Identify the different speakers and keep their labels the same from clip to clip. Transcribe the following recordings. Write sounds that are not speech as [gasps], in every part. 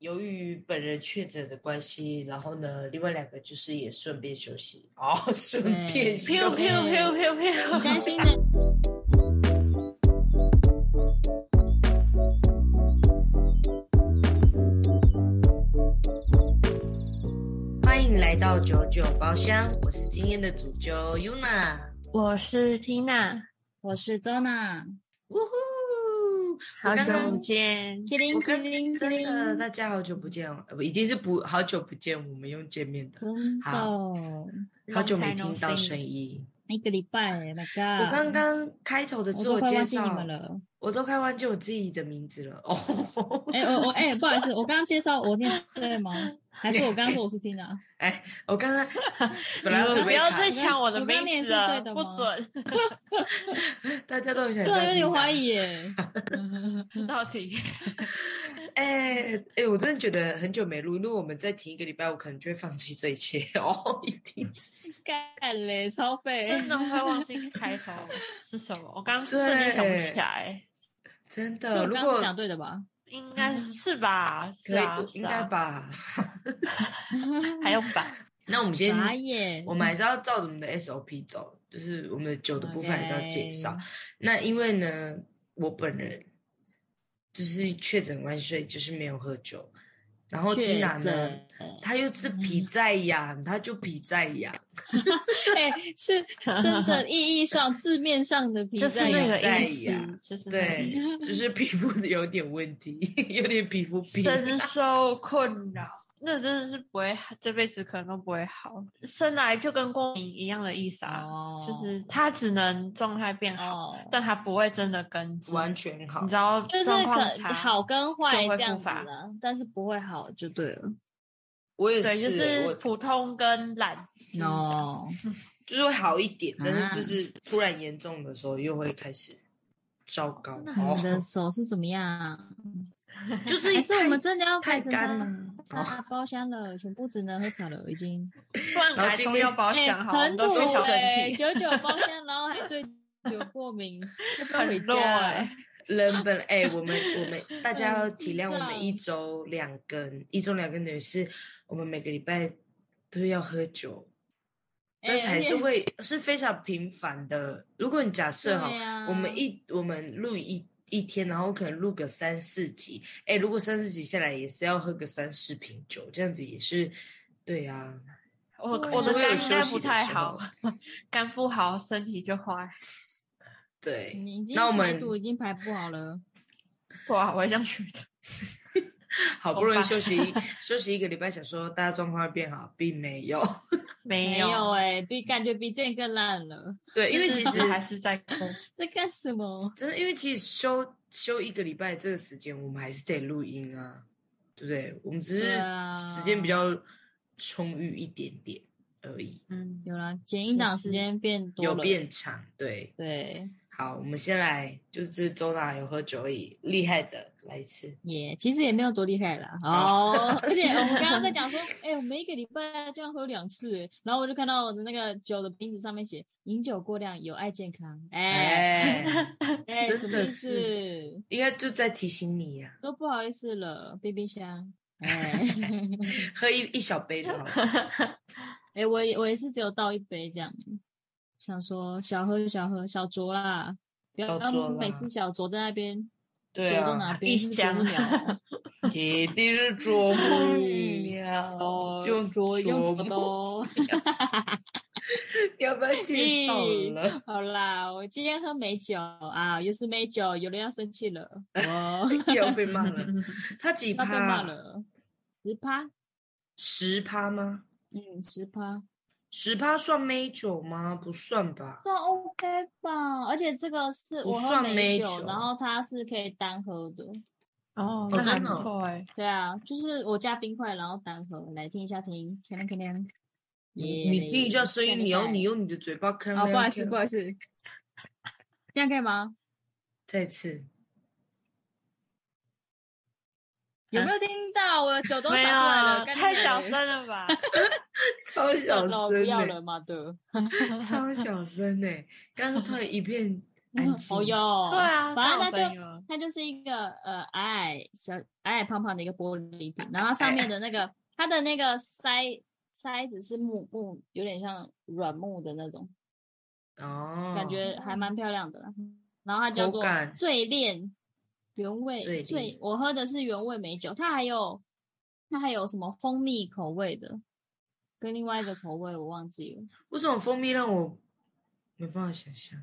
Speaker 1: 由于本人确诊的关系，然后呢，另外两个就是也顺便休息哦，顺便休
Speaker 2: 飘
Speaker 1: 息。
Speaker 2: 飘飘飘飘，
Speaker 3: 担心的。
Speaker 4: 欢迎来到九九包厢，我是今天的主角 Yuna。
Speaker 5: 我是 Tina，
Speaker 3: 我是 Zona，
Speaker 4: 呜呼！
Speaker 5: 好
Speaker 4: 刚
Speaker 5: 久
Speaker 4: 刚
Speaker 5: 不见。
Speaker 3: 叮铃
Speaker 4: 我跟
Speaker 3: 叮铃叮
Speaker 4: 真
Speaker 3: 铃，
Speaker 4: 的，大家好久不见了，呃不一定是不好久不见，我们用见面的，
Speaker 3: 真的
Speaker 4: 好好久没
Speaker 5: Long time
Speaker 4: 听
Speaker 5: no
Speaker 4: 到
Speaker 5: see
Speaker 4: 声音。
Speaker 3: 一个礼拜，My，Oh God！
Speaker 4: 我刚刚开头的
Speaker 3: 我
Speaker 4: 自
Speaker 3: 都
Speaker 4: 我
Speaker 3: 快
Speaker 4: 介
Speaker 3: 忘记你
Speaker 4: 绍
Speaker 3: 们，了。
Speaker 4: 我都快忘记我自己的名字了。哦，
Speaker 3: 哎，我我哎，不好意思，我刚刚介绍我念对
Speaker 4: [laughs]
Speaker 3: 吗？还是我刚刚说我是 Tina？
Speaker 4: 哎，我刚刚本来要
Speaker 5: 你
Speaker 4: 准
Speaker 5: 不
Speaker 4: 备
Speaker 5: 要
Speaker 4: 查
Speaker 5: 再抢我的
Speaker 3: 我刚
Speaker 5: 名
Speaker 3: 念
Speaker 5: 字
Speaker 3: 是对
Speaker 5: 了，
Speaker 3: 的
Speaker 5: 不
Speaker 3: 吗 [laughs]
Speaker 5: 准。
Speaker 4: 大家都想
Speaker 3: 对，有点怀疑耶。
Speaker 5: 到底
Speaker 4: 哎、哎，我真的觉得很久没录，因为我们再停一个礼拜，我可能就会放弃这一切 [laughs] 哦，一定
Speaker 3: 干嘞，超费。
Speaker 5: 真的会忘记开头是什么？我刚刚真的想不起来，
Speaker 4: 真
Speaker 3: 就
Speaker 4: 的。
Speaker 3: 我
Speaker 4: 如
Speaker 3: 刚刚
Speaker 4: 果
Speaker 3: 是讲对的吧？
Speaker 5: 应该是是吧？是
Speaker 4: 可以，
Speaker 5: 啊，
Speaker 4: 应
Speaker 5: 是啊
Speaker 4: 该吧？
Speaker 5: 还用吧？
Speaker 4: 那我们先，
Speaker 3: 傻眼。
Speaker 4: 我们还是要照着我们的 SOP 走，就是我们的酒的部分还是要介绍。
Speaker 3: OK
Speaker 4: 那因为呢，我本人就是确诊完税，就是没有喝酒，然后
Speaker 3: 确
Speaker 4: Tina 呢
Speaker 3: 诊，嗯
Speaker 4: 她又是皮在痒，她就皮在痒。
Speaker 3: 哎， [laughs] 是真正意义上字面上的皮
Speaker 5: 就是
Speaker 3: 在
Speaker 5: 那
Speaker 3: 痒
Speaker 5: 个
Speaker 4: 在
Speaker 5: 意
Speaker 4: 呀
Speaker 5: 思，就是那个
Speaker 4: 对 [laughs]
Speaker 5: 意思，，
Speaker 4: 就是皮肤有点问题， [laughs] 有点皮肤病。
Speaker 5: 深受困扰。那真的是不会，这辈子可能都不会好。生来就跟过敏一样的意思啊，
Speaker 3: 哦
Speaker 5: 就是它只能状态变好，
Speaker 3: 哦，
Speaker 5: 但它不会真的根治。
Speaker 4: 完全好
Speaker 5: 你，知道
Speaker 3: 就是
Speaker 5: 状
Speaker 3: 可
Speaker 5: 况差，
Speaker 3: 好跟坏
Speaker 5: 就会
Speaker 3: 这样
Speaker 5: 复
Speaker 3: 子
Speaker 5: 发
Speaker 3: 的，但是不会好就对了。
Speaker 4: 我也
Speaker 5: 对，就是是
Speaker 4: 我
Speaker 5: 普通跟懒。就是这样
Speaker 3: 哦，
Speaker 4: 就是会好一点，但
Speaker 3: 啊
Speaker 4: 是就是突然严重的时候又会开始糟糕，
Speaker 3: 那嗯你的
Speaker 4: 哦，
Speaker 3: 手是怎么样？
Speaker 4: [laughs] 就是
Speaker 3: 还是我们真的要
Speaker 4: 太
Speaker 3: 改成
Speaker 4: 干
Speaker 3: 这
Speaker 4: 了
Speaker 3: 样。
Speaker 4: 哦
Speaker 3: 啊，包厢了，全部只能喝茶了，已经。
Speaker 5: 不然
Speaker 4: 然
Speaker 5: 改
Speaker 4: 后今
Speaker 5: 中
Speaker 4: 天
Speaker 5: 药包
Speaker 3: 哎
Speaker 5: 想好，我
Speaker 3: 很
Speaker 5: 们
Speaker 3: 土
Speaker 5: 都是调整
Speaker 3: 哎，
Speaker 5: 体，
Speaker 3: 九九
Speaker 5: [laughs]
Speaker 3: 包厢，然后还对酒过敏，要不要回
Speaker 5: 很弱
Speaker 3: 家欸
Speaker 5: 哎？。
Speaker 4: 人本来哎、我们我
Speaker 3: [laughs]
Speaker 4: 们大家要
Speaker 3: 很
Speaker 4: 体
Speaker 3: 智
Speaker 4: 谅我们
Speaker 3: 障
Speaker 4: 一周两更，一周两更等于是我们每个礼拜都要喝酒，但
Speaker 3: 哎
Speaker 4: 是还是会是非常频繁的。如果你假设哈，我们
Speaker 3: 一
Speaker 4: 一我们录一一天，然后可能录个三四集，哎，如果三四集下来也是要喝个三四瓶酒，这样子也是，对啊，
Speaker 5: 我
Speaker 3: 对啊
Speaker 5: 我的
Speaker 4: 我有
Speaker 5: 肝应
Speaker 4: 休
Speaker 5: 该
Speaker 4: 息
Speaker 5: 不
Speaker 4: 的
Speaker 5: 太
Speaker 4: 时
Speaker 5: 好，肝不好身体就坏。
Speaker 4: 对，
Speaker 3: 已经
Speaker 4: 那我
Speaker 3: 排
Speaker 4: 们
Speaker 3: 毒已经排不好了，
Speaker 5: 哇，我也这样觉得。
Speaker 4: 好不容易
Speaker 5: 吧
Speaker 4: 休息一休息一个礼拜，想说大家状况会变好，并没有，
Speaker 5: 没
Speaker 3: 没
Speaker 5: 有，啊
Speaker 3: 有哎，比感觉比之前更烂了，
Speaker 4: 对，因为
Speaker 5: 就是
Speaker 4: 其实
Speaker 5: 还是在哭。
Speaker 3: 在干什么？
Speaker 4: 真的，因为其实休休一个礼拜这个时间，我们还是得录音啊，对不对？我们只是
Speaker 3: 对啊
Speaker 4: 时间比较充裕一点点而已，
Speaker 5: 嗯，
Speaker 3: 有啦，剪音档
Speaker 5: 也是
Speaker 3: 时间变多了，
Speaker 4: 有变长，对。
Speaker 3: 对
Speaker 4: 好，我们先来，就是周娜有喝酒而已，厉害的来一次。
Speaker 3: 也其实也没有多厉害啦。哦，而且我们刚
Speaker 4: [laughs]
Speaker 3: 刚在讲说，哎、我们一个礼拜这样喝两次，哎然后我就看到我的那个酒的瓶子上面写“饮酒过量有碍健康”，哎、
Speaker 4: 哎，
Speaker 3: 哎，
Speaker 4: 真
Speaker 3: 什么
Speaker 4: 的
Speaker 3: 意
Speaker 4: 是
Speaker 3: 思？
Speaker 4: 应该就在提醒你呀、
Speaker 3: 都不好意思了，冰冰箱。哎
Speaker 4: 喝一一小杯就好了。
Speaker 3: 哎，我也我也是只有倒一杯这样，想说小喝小喝小酌啦，不要
Speaker 4: 小酌啦
Speaker 3: 每次小酌在那边
Speaker 4: 对
Speaker 3: 酌到
Speaker 4: 啊，
Speaker 3: 哪边
Speaker 5: 一
Speaker 3: 是
Speaker 5: 箱
Speaker 3: 酌不了。
Speaker 4: [laughs] 一定是啄
Speaker 3: [laughs] 哎
Speaker 4: 木鸟，就啄
Speaker 3: 左右
Speaker 4: 木
Speaker 3: 左。都。
Speaker 4: 要不要介绍了？
Speaker 3: [laughs] 好啦，我今天喝美酒啊，又是美酒，有人要生气了，
Speaker 4: [laughs]
Speaker 3: 我
Speaker 4: 又被骂了。
Speaker 5: 哦
Speaker 4: 他
Speaker 3: [laughs]
Speaker 4: 几
Speaker 3: 要被骂
Speaker 4: 趴？
Speaker 3: 了，十趴，
Speaker 4: 十趴吗？
Speaker 3: 嗯，十趴，
Speaker 4: 十趴算美酒吗？不算吧。
Speaker 3: 算 OK 吧？而且这个是
Speaker 4: 不
Speaker 3: 我喝
Speaker 4: 算美
Speaker 3: 美
Speaker 4: 酒
Speaker 3: 然后它是可以单喝的，
Speaker 5: 哦，
Speaker 4: 哦
Speaker 5: 那还
Speaker 4: 真的
Speaker 5: 不
Speaker 4: 哦
Speaker 5: 错哎。
Speaker 3: 对啊，就是我加冰块，然后单喝，来听一下听，可能可能，
Speaker 4: 你你闭一下声音，你要你用你的嘴巴看。
Speaker 3: 哦，不好意思，不好意思，这样可以吗？
Speaker 4: 再
Speaker 3: [laughs]
Speaker 4: 次，
Speaker 3: 有
Speaker 4: 啊
Speaker 3: 没有听到？我的酒都洒
Speaker 5: 没
Speaker 3: 出
Speaker 5: 有
Speaker 3: 来了
Speaker 5: 啊，，
Speaker 3: 干
Speaker 5: 太
Speaker 3: 你 [laughs]
Speaker 5: 小
Speaker 3: 嘞
Speaker 5: 声了吧？
Speaker 4: 超小
Speaker 3: 算了，
Speaker 4: 声
Speaker 3: 不要
Speaker 4: 的。
Speaker 3: 了嘛的。 [laughs]
Speaker 4: 超小声呢、刚刚突然一片安静。
Speaker 3: 哦哟，
Speaker 5: 对啊，
Speaker 3: 反正
Speaker 5: 大
Speaker 3: 它就
Speaker 5: 有分有
Speaker 3: 它就是一个呃矮矮小矮矮胖胖的一个玻璃瓶，然后它上面的那个它的那个塞塞子是木木，有点像软木的那种，
Speaker 4: 哦，
Speaker 3: 感觉还蛮漂亮的啦。然后它叫做
Speaker 4: 口感
Speaker 3: 醉恋原
Speaker 4: 醉
Speaker 3: 味
Speaker 4: 恋
Speaker 3: 醉，我喝的是原味美酒，它还有它还有什么蜂蜜口味的，跟另外一个口味我忘记了，
Speaker 4: 为什么蜂蜜让我没办法想象？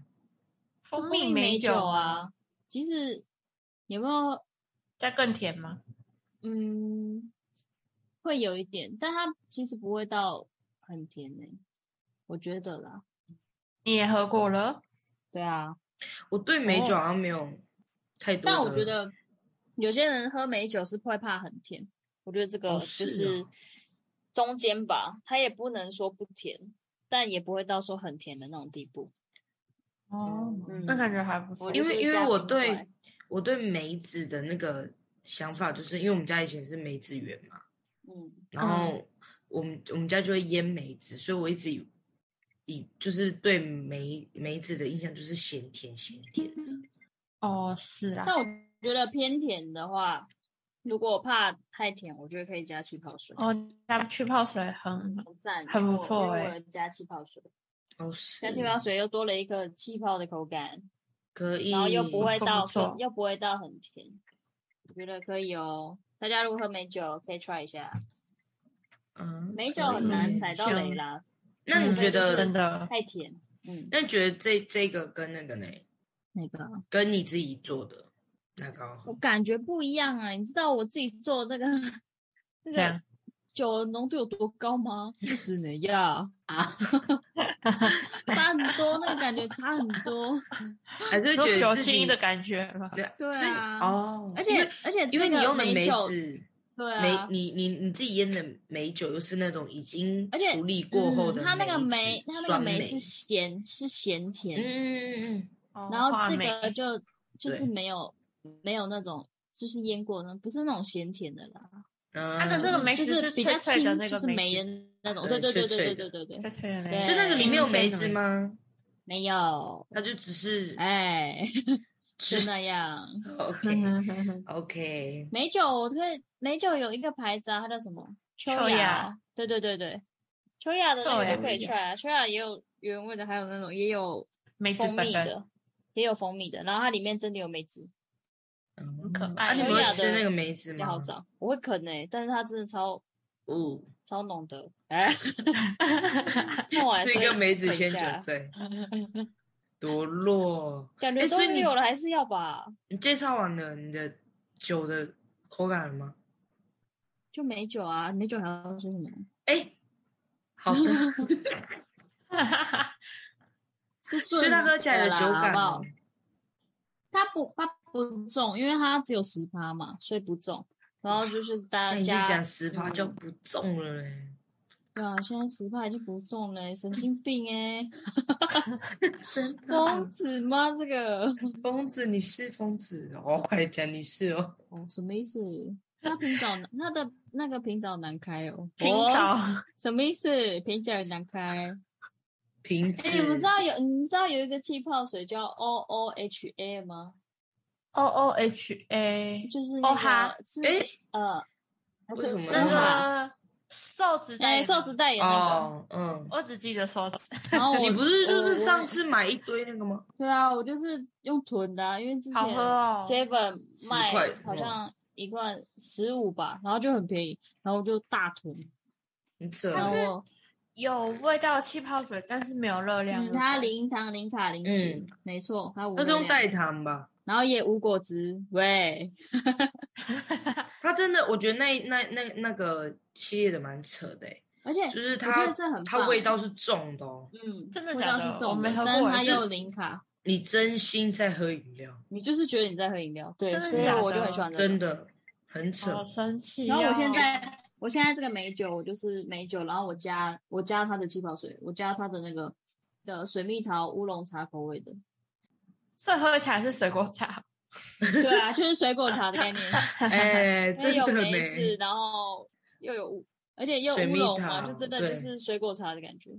Speaker 5: 蜂
Speaker 3: 蜜
Speaker 5: 蜜美
Speaker 3: 酒
Speaker 5: 吗，
Speaker 3: 啊。其实有没有
Speaker 5: 再更甜吗？
Speaker 3: 嗯，会有一点，但它其实不会到很甜呢、我觉得啦。
Speaker 5: 你也喝过了，
Speaker 3: 对啊，
Speaker 4: 我对美酒
Speaker 3: 哦
Speaker 4: 好像没有太多的。
Speaker 3: 但我觉
Speaker 5: 啊
Speaker 3: 得有些人喝美酒是会怕很甜，我觉得这个
Speaker 4: 哦
Speaker 3: 就是是
Speaker 4: 哦
Speaker 3: 中间吧，它也不能说不甜，但也不会到说很甜的那种地步。
Speaker 5: 哦，
Speaker 3: 嗯
Speaker 5: 那感觉还不错
Speaker 3: 我。
Speaker 4: 因
Speaker 3: 就
Speaker 4: 为
Speaker 3: 是
Speaker 4: 因为
Speaker 3: 加
Speaker 4: 我
Speaker 3: 冰
Speaker 4: 对
Speaker 3: 块
Speaker 4: 我对梅子的那个想法，就是因为我们家以前是梅子园嘛，
Speaker 3: 嗯，
Speaker 4: 然后我们我们家就会腌梅子，所以我一直以以就是对梅梅子的印象就是咸甜咸甜。
Speaker 5: 哦，是啊，
Speaker 3: 但我觉得偏甜的话，如果怕太甜，我觉得可以加气泡水，
Speaker 5: 哦，加去泡水很
Speaker 3: 很赞，
Speaker 5: 很不
Speaker 3: 因为我
Speaker 5: 错
Speaker 3: 因为
Speaker 5: 欸
Speaker 3: 我有加气泡水。
Speaker 4: 哦，是
Speaker 3: 加气泡水又多了一个气泡的口感，
Speaker 4: 可以，
Speaker 3: 然后又不会
Speaker 5: 错
Speaker 3: 到
Speaker 5: 不错
Speaker 3: 又不会到很甜，我觉得可以哦。大家如果喝美酒，可以 try 一下。
Speaker 4: 嗯，
Speaker 3: 美酒
Speaker 4: 可
Speaker 3: 很
Speaker 4: 以
Speaker 3: 难
Speaker 5: 嗯
Speaker 3: 踩到
Speaker 5: 像
Speaker 3: 雷啦，
Speaker 4: 那你
Speaker 5: 嗯
Speaker 4: 觉得
Speaker 5: 真的
Speaker 3: 太甜。嗯，
Speaker 4: 那觉得这这个跟那个呢，
Speaker 3: 那个
Speaker 4: 跟你自己做的那个哦好喝
Speaker 3: 我感觉不一样啊！你知道我自己做的那个那
Speaker 5: 这样
Speaker 3: 个酒的浓度有多高吗？四十呢呀，
Speaker 4: 啊，
Speaker 3: 差很多，那个感觉差很多。
Speaker 4: 还是
Speaker 5: 有
Speaker 4: 觉
Speaker 5: 酒
Speaker 4: 得自己
Speaker 5: 精的感觉吗？
Speaker 3: 对
Speaker 4: 所以
Speaker 3: 啊
Speaker 4: 哦，
Speaker 3: 而且
Speaker 4: 因为
Speaker 3: 而且
Speaker 4: 因为
Speaker 3: 这
Speaker 4: 你
Speaker 3: 个
Speaker 4: 用的梅
Speaker 3: 酒，
Speaker 4: 子，
Speaker 3: 对
Speaker 4: 梅
Speaker 3: 啊，
Speaker 4: 你你你自己腌的梅酒又是那种已经
Speaker 3: 而且
Speaker 4: 处理过后的
Speaker 3: 嗯，它那个梅
Speaker 4: 梅，
Speaker 3: 它那个
Speaker 4: 酸
Speaker 3: 梅
Speaker 4: 梅
Speaker 3: 是咸是咸甜
Speaker 4: 嗯嗯嗯嗯，
Speaker 5: 哦
Speaker 3: 然后
Speaker 5: 话
Speaker 3: 这
Speaker 5: 梅
Speaker 3: 个
Speaker 5: [laughs]
Speaker 3: 就就是
Speaker 4: 对
Speaker 3: 没有没有那种就是腌过的，不是那种咸甜的啦，
Speaker 4: 嗯
Speaker 5: 它的这个梅
Speaker 3: 就
Speaker 5: 子
Speaker 3: 比较
Speaker 5: 脆脆
Speaker 3: 清，
Speaker 5: 的那
Speaker 3: 就
Speaker 5: 个
Speaker 3: 是梅
Speaker 5: 梅子，
Speaker 3: 的那种，对
Speaker 4: 对
Speaker 3: 对对
Speaker 4: 脆脆
Speaker 3: 对对对对，
Speaker 5: 脆脆的梅
Speaker 3: 对
Speaker 5: 子，
Speaker 4: 所以那个里面有梅子
Speaker 3: [laughs]
Speaker 5: 新鲜的梅子
Speaker 4: 吗？
Speaker 3: 没有，
Speaker 4: 它就只是
Speaker 3: 哎，
Speaker 4: 吃
Speaker 3: 就那样。 [laughs]
Speaker 4: OK OK，
Speaker 3: 美酒我可以，美酒有一个牌子啊，它叫什么？秋
Speaker 5: 秋
Speaker 3: 雅
Speaker 5: 雅，
Speaker 3: 对对对对，秋雅的那
Speaker 5: 豆
Speaker 3: 个
Speaker 5: 芽
Speaker 3: 都可以
Speaker 5: 不一
Speaker 3: try 啊，秋雅也有原味的，还有那种也有
Speaker 5: 梅子
Speaker 3: 蜂
Speaker 5: 本
Speaker 3: 蜜
Speaker 5: 人
Speaker 3: 的，也有蜂蜜的，然后它里面真的有梅子，
Speaker 4: 很
Speaker 5: 很可
Speaker 4: 啊，
Speaker 5: 爱
Speaker 4: 你
Speaker 3: 优
Speaker 4: 们会
Speaker 3: 雅
Speaker 4: 吃
Speaker 3: 哎的
Speaker 4: 那个梅子
Speaker 3: 比较好
Speaker 4: 吗？
Speaker 3: 找。我会啃诶、但是它真的超
Speaker 4: 哦，
Speaker 3: 超浓的，哎， [laughs] 那我还
Speaker 4: 吃
Speaker 3: 是
Speaker 4: 一个
Speaker 3: 会
Speaker 4: 梅子
Speaker 3: 啃一
Speaker 4: 先酒
Speaker 3: 下 [laughs]
Speaker 4: 醉，多弱！
Speaker 3: 感
Speaker 4: 哎
Speaker 3: 觉都
Speaker 4: 所以你
Speaker 3: 有了还是要吧，
Speaker 4: 你介绍完了你的酒的口感了吗？
Speaker 3: 就美酒啊，美酒还要说什么？
Speaker 4: 哎，好喝，
Speaker 3: 是顺
Speaker 4: 所以它喝起来的
Speaker 3: 啦
Speaker 4: 酒感哦
Speaker 3: 好不
Speaker 4: 呢
Speaker 3: 好？它不它不重，因为它只有十趴嘛，所以不重。然后就是大
Speaker 4: 像已经
Speaker 3: 家嗯
Speaker 4: 讲十趴就不中了嘞。
Speaker 3: 对啊，现在十趴已经不重了、欸神经病哎、
Speaker 4: [laughs] 真
Speaker 3: 疯子吗？这个
Speaker 4: 啊疯子，你是疯子哦！快讲你是哦，
Speaker 3: 哦，什么意思？他平早他的那个平早难开哦，
Speaker 5: 清
Speaker 3: 哦
Speaker 5: 早
Speaker 3: 什么意思？平角也难开。
Speaker 4: 瓶子。
Speaker 3: 哎、你们知道有你知道有一个气泡水叫 O O H A 吗？
Speaker 5: O O H
Speaker 3: [laughs]
Speaker 5: A，
Speaker 3: 就是
Speaker 5: 哦哈，
Speaker 3: 是
Speaker 4: 哎
Speaker 3: 呃，还
Speaker 4: 为
Speaker 3: 是
Speaker 4: 什么
Speaker 3: 乌
Speaker 5: 那
Speaker 3: 哈？
Speaker 5: 个瘦子代
Speaker 3: 哎，
Speaker 5: 言
Speaker 3: 瘦子代言那个，
Speaker 4: 哦，嗯，
Speaker 5: 我只记得瘦子，
Speaker 3: 然后我
Speaker 4: 你不是就
Speaker 3: 我
Speaker 4: 是上
Speaker 3: 我
Speaker 4: 次买一堆那个吗？
Speaker 3: 对啊，我就是用囤的啊、因为之前
Speaker 5: 好喝哦
Speaker 3: Seven
Speaker 4: 10块
Speaker 3: 卖
Speaker 4: 嗯
Speaker 3: 好像一罐十五吧，然后就很便宜，然后我就大囤，
Speaker 4: 你扯哦
Speaker 3: 然
Speaker 5: 它是
Speaker 3: 后
Speaker 5: 有味道的气泡水，但是没有热量
Speaker 3: 嗯，
Speaker 5: 的。
Speaker 3: 它零糖、零卡、零脂，没错，它
Speaker 4: 嗯
Speaker 3: 无
Speaker 4: 它是
Speaker 3: 热
Speaker 4: 用
Speaker 3: 量
Speaker 4: 代糖吧？
Speaker 3: 然后也无果汁，喂，
Speaker 4: 它真的，我觉得那那那那个系列的蛮扯的欸，
Speaker 3: 而且
Speaker 4: 就是
Speaker 3: 我觉得
Speaker 4: 它
Speaker 3: 这很
Speaker 4: 它
Speaker 3: 棒
Speaker 4: 味
Speaker 3: 欸
Speaker 4: 道是重的哦。
Speaker 3: 嗯，
Speaker 5: 真的
Speaker 3: 味
Speaker 5: 假
Speaker 3: 道
Speaker 5: 的
Speaker 3: 是重
Speaker 5: 我没喝
Speaker 3: 但
Speaker 5: 过
Speaker 3: 它
Speaker 5: 欸
Speaker 3: 又
Speaker 5: 是
Speaker 3: 零卡，
Speaker 4: 你真心在喝饮料，
Speaker 3: 你就是觉得你在喝饮料，对，
Speaker 5: 真的
Speaker 3: 所以
Speaker 5: 假
Speaker 3: 啊我就
Speaker 5: 的
Speaker 3: 很喜欢这个
Speaker 4: 真的很扯
Speaker 5: 好。生气、
Speaker 3: 然
Speaker 5: 哦！
Speaker 3: 后我现在，我现在这个美酒，我就是美酒，然后我加我加了它的气泡水，我加了它的那个的水蜜桃乌龙茶口
Speaker 4: [laughs]
Speaker 3: 味的，
Speaker 5: 所以喝起来是水果
Speaker 3: [laughs]
Speaker 5: 茶，
Speaker 3: 对啊，就是水果茶
Speaker 4: [laughs]
Speaker 3: 的概念， [laughs]
Speaker 4: 哎，
Speaker 3: 因为
Speaker 4: 真
Speaker 3: 有
Speaker 4: 的
Speaker 3: 梅子
Speaker 4: 呢，，
Speaker 3: 然后又有乌，而且又有
Speaker 4: 水
Speaker 3: 乌
Speaker 4: 蜜
Speaker 3: 龙嘛，
Speaker 4: 桃
Speaker 3: 就真的就
Speaker 4: 对
Speaker 3: 是水果茶的感觉。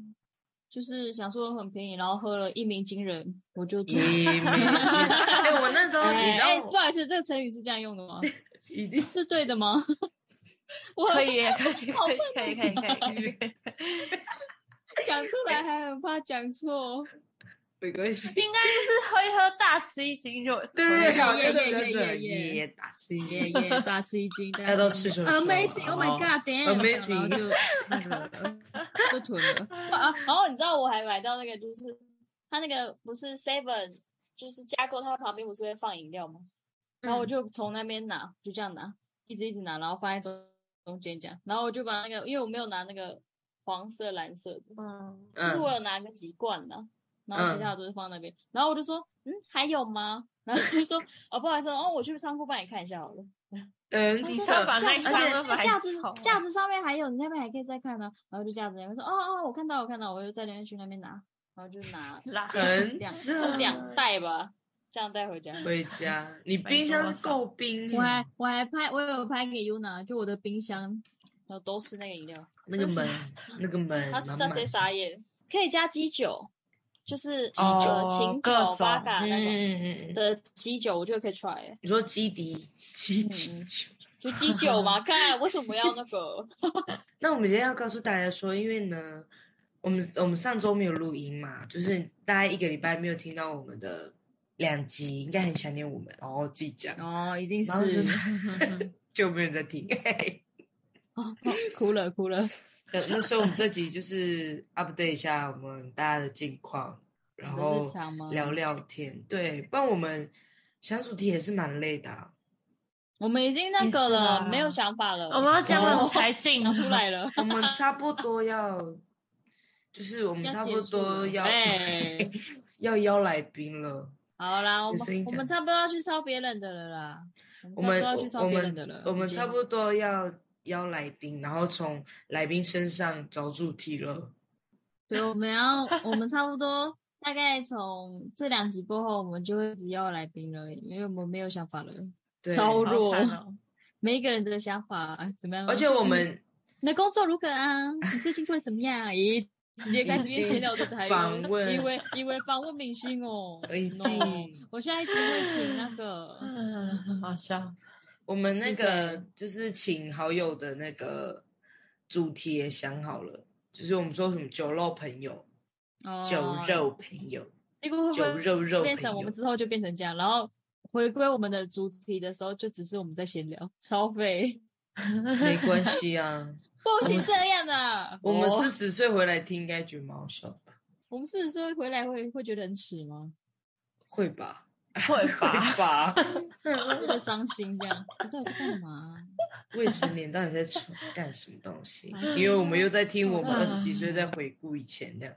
Speaker 3: 就是想说很便宜，然后喝了一鸣惊人，我就哎
Speaker 4: 一鸣惊人。哎欸，我那
Speaker 3: [laughs]
Speaker 4: 时候你知道、欸欸，
Speaker 3: 不好意思，这个成语是这样用
Speaker 4: [laughs]
Speaker 3: 的吗？
Speaker 4: 一定
Speaker 3: 是对的吗？
Speaker 4: [laughs]
Speaker 5: 我可以，可以，可以，可以，可以，可以。
Speaker 3: 讲出来还很怕讲错。
Speaker 4: 没关
Speaker 3: [laughs]
Speaker 4: 系，应
Speaker 5: 该就是喝一喝，大吃一惊就
Speaker 4: 对对对
Speaker 3: 对对耶，
Speaker 4: 大吃一
Speaker 3: 惊，耶大吃一惊，
Speaker 4: [laughs] 大家都吃什哦么
Speaker 3: ？Amazing！Oh my god！Damn！Amazing！就就囤了啊！然后你知道我还买到那个，就是它那个不是 Seven，就是加购，它旁边不是会放饮料吗？
Speaker 4: 嗯
Speaker 3: 然后我就从那边拿，就这样拿，一直一直拿，然后放在中中间这样，然后我就把那个，因为我没有拿那个黄色、蓝色的，嗯，就是我有拿个几罐
Speaker 4: 嗯
Speaker 3: 的。然后其他的都是放那边，嗯、然后我就说，嗯，还有吗？然后就说，哦，不好意思，哦，我去仓库帮你看一下好了。
Speaker 4: 嗯，你
Speaker 5: 说把那箱
Speaker 3: 都架子
Speaker 5: 哦
Speaker 3: 架子上面还有，你那边还可以再看呢、啊。然后就架子那边说，哦哦，我看到我看到，我就在那边去那边拿，然后就拿两就两
Speaker 4: 嗯
Speaker 3: 袋吧，这样带回家。
Speaker 4: 回家，你冰箱是够冰。
Speaker 3: 我还我还拍，我有拍给 UNA，就我的冰箱，然后都是那个饮料，
Speaker 4: 那个门，那个门，
Speaker 3: 他他直接傻眼，可以加鸡酒。就是
Speaker 4: 呃，
Speaker 3: 琴酒、八嘎
Speaker 4: 嗯
Speaker 3: 那种的鸡酒，我觉得可以 try。
Speaker 4: 你说基底基底
Speaker 3: 嗯
Speaker 4: 酒，
Speaker 3: 就基酒嘛？看为什么要那个？
Speaker 4: 那我们今天要告诉大家说，因为呢，我们我们上周没有录音嘛，就是大家一个礼拜没有听到我们的两集，应该很想念我们，然后自己讲
Speaker 3: 哦，一定是 [laughs]
Speaker 4: [laughs] 就没有人在听，
Speaker 3: 哦，哭了哭了。
Speaker 4: 那所以我们这集就是 update 一下我们大家的近况，然后
Speaker 3: 啊
Speaker 4: 聊聊天。对，不然我们想主题也是蛮累的、啊。
Speaker 3: 我们已经那个了，没有想法了。
Speaker 5: 我们要讲我们才进
Speaker 3: 出
Speaker 4: [laughs]
Speaker 3: 来了。
Speaker 4: 我们差不多要， [laughs] 就是我们差不多要 [laughs]
Speaker 3: 哎
Speaker 4: 要邀来宾了。
Speaker 3: 好啦，我们我们差不多要去烧别人的了啦。
Speaker 4: 我们
Speaker 3: 要去烧别人的了。
Speaker 4: 我们差不多要。邀来宾，然后从来宾身上找主题了。
Speaker 3: 对，我们要，我们差不多大概从这两集过后，我们就会只邀来宾了，因为我们没有想法了，超弱，
Speaker 5: 哦、
Speaker 3: 每一个人的想法啊怎么样？嗯
Speaker 4: 而且我们
Speaker 3: 你的工作如何啊？你最近过得怎么样？ [laughs] 咦，直接开始变闲聊的台
Speaker 4: 访问，
Speaker 3: 以为以为访问明
Speaker 4: [laughs]
Speaker 3: 星哦。
Speaker 4: no，
Speaker 3: 我下一集会请那个，
Speaker 5: [laughs] 嗯，好笑。
Speaker 4: 我们那个就是请好友的那个主题也想好了，就是我们说什么酒肉朋友，
Speaker 3: 哦、
Speaker 4: 酒肉朋友，
Speaker 3: 结果
Speaker 4: 酒肉肉
Speaker 3: 变成我们之后就变成这样，然后回归我们的主题的时候，就只是我们在闲聊， [laughs] 超费， [laughs]
Speaker 4: 没关系啊，
Speaker 3: 不行这样啊，
Speaker 4: 我们四十岁回来听应该觉得蛮好笑的，
Speaker 3: 我们四十岁回来会会觉得很耻吗？
Speaker 4: 会吧。
Speaker 3: [laughs]
Speaker 5: 会
Speaker 4: 吧，
Speaker 3: 为了伤心这样，你到底是干嘛？ [laughs]
Speaker 4: 未成年到底在干什么东西？
Speaker 3: 啊
Speaker 4: 因为我们又在听我们二十几岁在回顾以前的，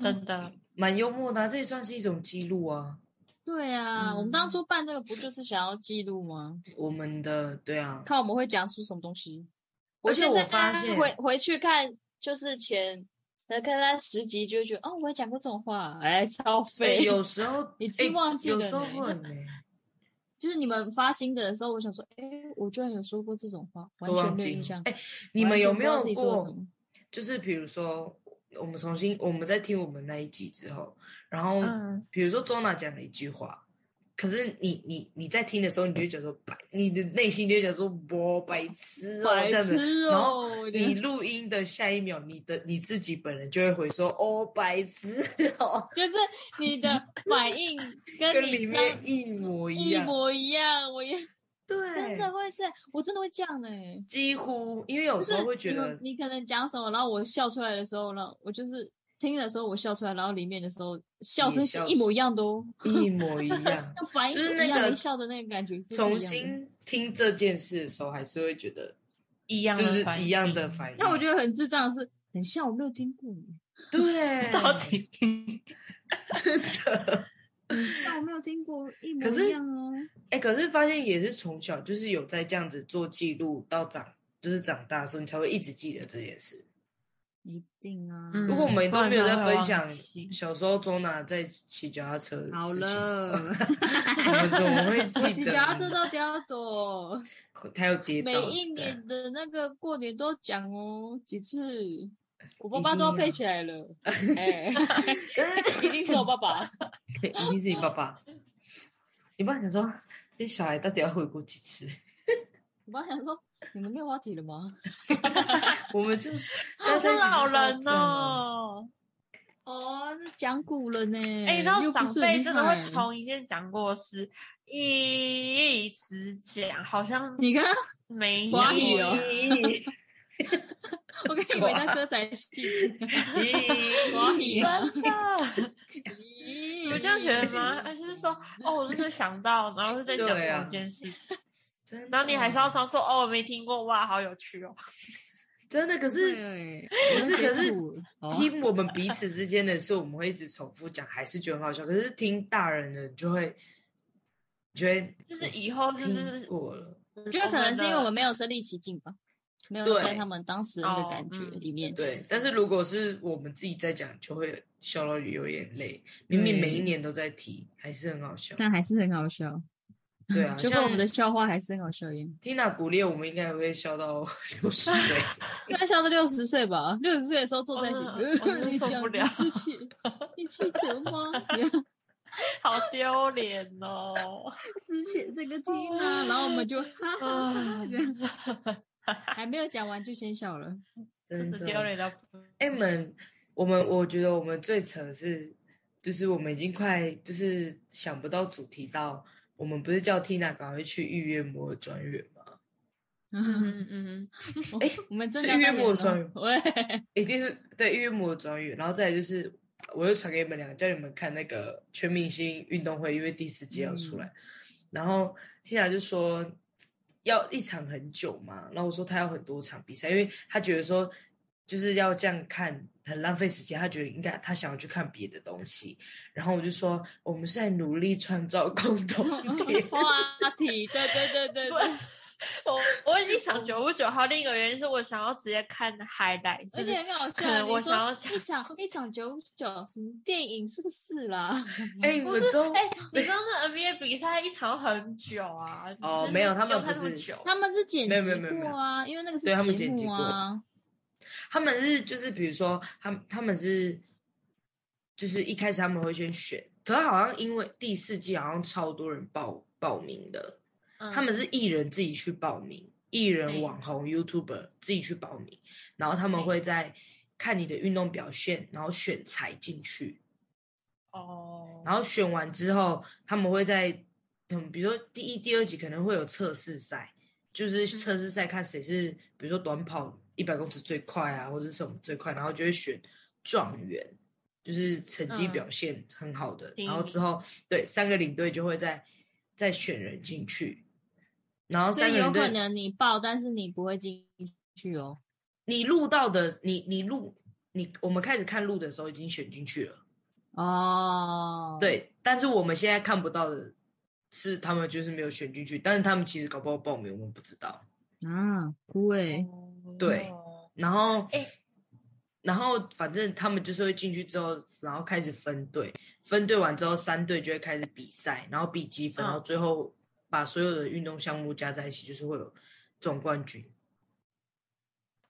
Speaker 5: 真的
Speaker 4: 蛮幽默的、啊，这也算是一种记录啊。
Speaker 3: 对啊，嗯、我们当初办这个不就是想要记录吗？
Speaker 4: 我们的对啊，
Speaker 3: 看我们会讲出什么东西。
Speaker 4: 而且
Speaker 3: 我
Speaker 4: 发现
Speaker 3: 回回去看，就是前。那看他十集就觉得哦，我也讲过这种话，哎，超废、
Speaker 4: 欸。有时候
Speaker 3: 已经忘记了、欸，
Speaker 4: 有时候会、欸。
Speaker 3: [laughs] 就是你们发新的时候，我想说，哎，我居然有说过这种话，完全没有印象。
Speaker 4: 哎，你们有没有过？就是比如说，我们重新我们在听我们那一集之后，然后、嗯、比如说周娜讲了一句话，可是你你你在听的时候，你就觉得白，你的内心就觉得说我白痴哦、喔、这样子，
Speaker 3: 喔、
Speaker 4: 然后。你录音的下一秒，你的你自己本人就会回说：“哦，白痴 [laughs] 哦！”
Speaker 3: 就是你的
Speaker 4: [laughs]
Speaker 3: 反应跟
Speaker 4: 里面一模一
Speaker 3: 样，一模一样。我也
Speaker 4: 对，
Speaker 3: 真的会这样，我真的会这样哎、欸，
Speaker 4: 几乎因为有时候会觉得
Speaker 3: 你可能讲什么，然后我笑出来的时候呢，我就是听的时候我笑出来，然后里面的时候笑声是一模一样的哦，
Speaker 4: 一模一
Speaker 3: [laughs]
Speaker 4: 样，
Speaker 3: 反应
Speaker 4: 就是那个
Speaker 3: 笑的那个感觉。
Speaker 4: 重新听这件事的时候，还是会觉得。
Speaker 5: 一样
Speaker 4: 就是一样的反应。
Speaker 3: 那我觉得很智障的是，很像我没有听过你。
Speaker 4: 对，
Speaker 5: 到底
Speaker 4: 真的
Speaker 3: 很像我没有听过一模一样哦。
Speaker 4: [laughs] 哎、欸，可是发现也是从小就是有在这样子做记录，到长就是长大的时候，你才会一直记得这件事。
Speaker 3: 一定啊！
Speaker 5: 嗯、
Speaker 4: 如果我们都没有在分享小时候周娜在骑脚踏车，
Speaker 3: 好了，
Speaker 4: 我们怎么会
Speaker 3: [laughs]
Speaker 4: 记得？
Speaker 3: 骑脚踏车到底要躲？
Speaker 4: 他有跌
Speaker 3: 每一年的那个过年都讲哦，几次？我爸爸都要背起来
Speaker 4: [laughs]
Speaker 3: 了，哎，一定是我爸爸，
Speaker 4: 一定是你爸
Speaker 5: [laughs]
Speaker 4: 爸。你爸想说，这小孩到底要回国几次？
Speaker 3: 我爸想说，你们没有话题了吗？
Speaker 4: 我们就是，
Speaker 5: [laughs] 但是老人
Speaker 4: 啊
Speaker 5: 哦。
Speaker 3: 哦，是讲古了呢。
Speaker 5: 哎、欸，你知道长辈真的会同一件讲过事一直讲，好像
Speaker 3: 你看
Speaker 5: 没
Speaker 3: 华语哦。我跟以为那歌仔戏，华
Speaker 4: [laughs]
Speaker 3: 语
Speaker 5: 真的。有这样觉
Speaker 4: [laughs]
Speaker 5: 得吗？而且是说，哦，我真的想到，然后是在讲某件事情，啊、然后你还是要常说，哦，我没听过，哇，好有趣哦。
Speaker 4: 真的，可是不是？哦可是
Speaker 5: 啊
Speaker 4: 听我们彼此之间的事，我们会一直重复讲，还是觉得很好笑。可是听大人的就会，就会
Speaker 5: 就是以后就是
Speaker 4: 过了。
Speaker 3: 我觉得可能是因为我们没有身临其境吧，没有在他们当时那个感觉里面。
Speaker 4: 对，但是如果是我们自己在讲，就会笑到流眼泪。明明每一年都在提，还是很好笑。
Speaker 3: 但还是很好笑。
Speaker 4: 对啊，
Speaker 3: 就跟我们的笑话还是很好笑一样。
Speaker 4: Tina 鼓励我们应该会笑
Speaker 3: [laughs]
Speaker 4: 到六十岁，
Speaker 3: 应该笑到六十岁吧？六十岁的时候坐在一起，
Speaker 5: 你受不了，
Speaker 3: [laughs] 你记你记得吗？ [laughs]
Speaker 5: 好丢脸哦！
Speaker 3: 之前那个 Tina，然后我们就哈
Speaker 4: 啊
Speaker 3: 哈哈，还没有讲完就先笑了，
Speaker 5: 真是丢脸到。
Speaker 4: 哎，们我们我觉得我们最扯是，就是我们已经快就是想不到主题到。我们不是叫 Tina 赶快去预约摩尔庄园吗？
Speaker 3: [laughs] 嗯嗯嗯，
Speaker 4: 哎，
Speaker 3: 我们
Speaker 4: 是预约摩尔庄园，
Speaker 3: [laughs] 喂，
Speaker 4: 一定是对预约摩尔庄园。然后再就是，我又传给你们两个，叫你们看那个全明星运动会，因为第四季要出来。嗯、然后 Tina 就说要一场很久嘛，然后我说他要很多场比赛，因为他觉得说就是要这样看。很浪费时间，他觉得应该他想要去看别的东西，然后我就说我们是在努力创造共同
Speaker 3: [laughs]
Speaker 4: 点
Speaker 3: 话题，对对对对对。
Speaker 5: 我我一场九五九号，另一个原因是我想要直接看 highlight，
Speaker 3: 而且很好笑。 [laughs] 我想要一场一场九五九什么电影是不是啦？ [laughs]
Speaker 4: 哎，
Speaker 5: 不是哎，你知道那 NBA 比赛一场很久啊？
Speaker 4: 哦，没有，他们不
Speaker 5: 是，
Speaker 3: 他们是剪辑过啊，因为那个是节目啊。
Speaker 4: 他们是就是比如说，他他们是就是一开始他们会先选，可是好像因为第四季好像超多人报报名的，嗯、他们是艺人自己去报名，艺人、网红、YouTuber 自己去报名，然后他们会在看你的运动表现，然后选材进去。
Speaker 5: 哦，
Speaker 4: 然后选完之后，他们会在嗯，比如说第一、第二集可能会有测试赛，
Speaker 3: 嗯
Speaker 4: 就是测试赛看谁是，嗯、比如说短跑。一百公尺最快啊，或者什么最快，然后就会选状元，就是成
Speaker 3: 嗯
Speaker 4: 绩表现很好的。嗯、然后之后，对三个领队就会再再选人进去，然后三个
Speaker 3: 有可能你报，但是你不会进去哦。
Speaker 4: 你录到的，你你录你，我们开始看录的时候已经选进去了。
Speaker 3: 哦，
Speaker 4: 对，但是我们现在看不到的是他们就是没有选进去，但是他们其实搞不好报名，我们不知道。
Speaker 3: 啊，酷诶、欸。
Speaker 5: 哦
Speaker 4: 对，然后，
Speaker 3: 哎
Speaker 4: 欸、然后反正他们就是会进去之后，然后开始分队，分队完之后，三队就会开始比赛，然后比积分，嗯、然后最后把所有的运动项目加在一起，就是会有总冠军。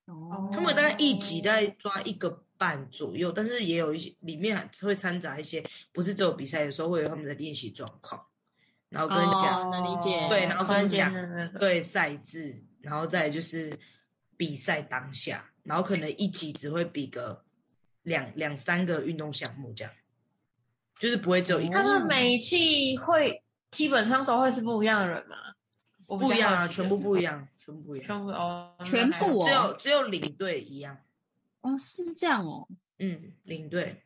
Speaker 3: 哦，
Speaker 4: 他们大概一集大概抓一个半左右，但是也有一些里面还会掺杂一些，不是只有比赛，有时候会有他们的练习状况，然后跟你讲，
Speaker 3: 哦、能理解，
Speaker 4: 对，然后跟你讲，对赛制，然后再就是。比赛当下，然后可能一集只会比个两两三个运动项目这样，就是不会只有一个。
Speaker 5: 哦他们每一期会基本上都会是不一样的人嘛？我
Speaker 4: 不一样啊，全部不一样，全部不一样，
Speaker 5: 全部哦，
Speaker 3: 全部
Speaker 4: 只有只有领队一样。
Speaker 3: 哦，是这样哦。
Speaker 4: 嗯，领队。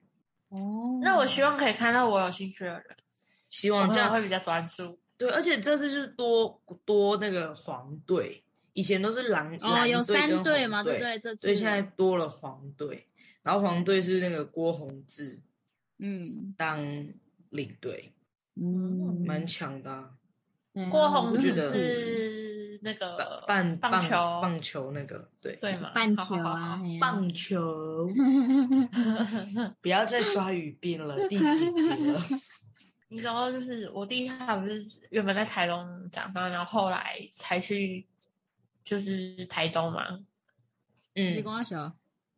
Speaker 3: 哦，
Speaker 5: 那我希望可以看到我有兴趣的人，
Speaker 4: 希望哦这样
Speaker 5: 会比较专注。
Speaker 4: 对，而且这次是多多那个黄队。以前都是狼
Speaker 3: 哦，有三
Speaker 4: 队
Speaker 3: 嘛，
Speaker 4: 对
Speaker 3: 不对？这
Speaker 4: 所以现在多了黄队，然后黄队是那个郭宏志，
Speaker 3: 嗯，
Speaker 4: 当领队，
Speaker 3: 嗯，
Speaker 4: 蛮强的、啊。
Speaker 3: 嗯、
Speaker 5: 郭宏志
Speaker 4: 嗯
Speaker 5: 是那个
Speaker 3: 呃
Speaker 4: 棒
Speaker 5: 棒球
Speaker 4: 棒球那个对
Speaker 5: 对嘛，
Speaker 3: 棒球啊，
Speaker 4: 棒球，
Speaker 3: [laughs]
Speaker 4: 不要再抓语病了，第几集
Speaker 3: [laughs]
Speaker 4: 了？
Speaker 5: 你知道，就是我弟他不是原本在台东长大，然后后来
Speaker 4: [laughs]
Speaker 5: 才去。就是台东嘛，
Speaker 4: 嗯，
Speaker 3: 是光小，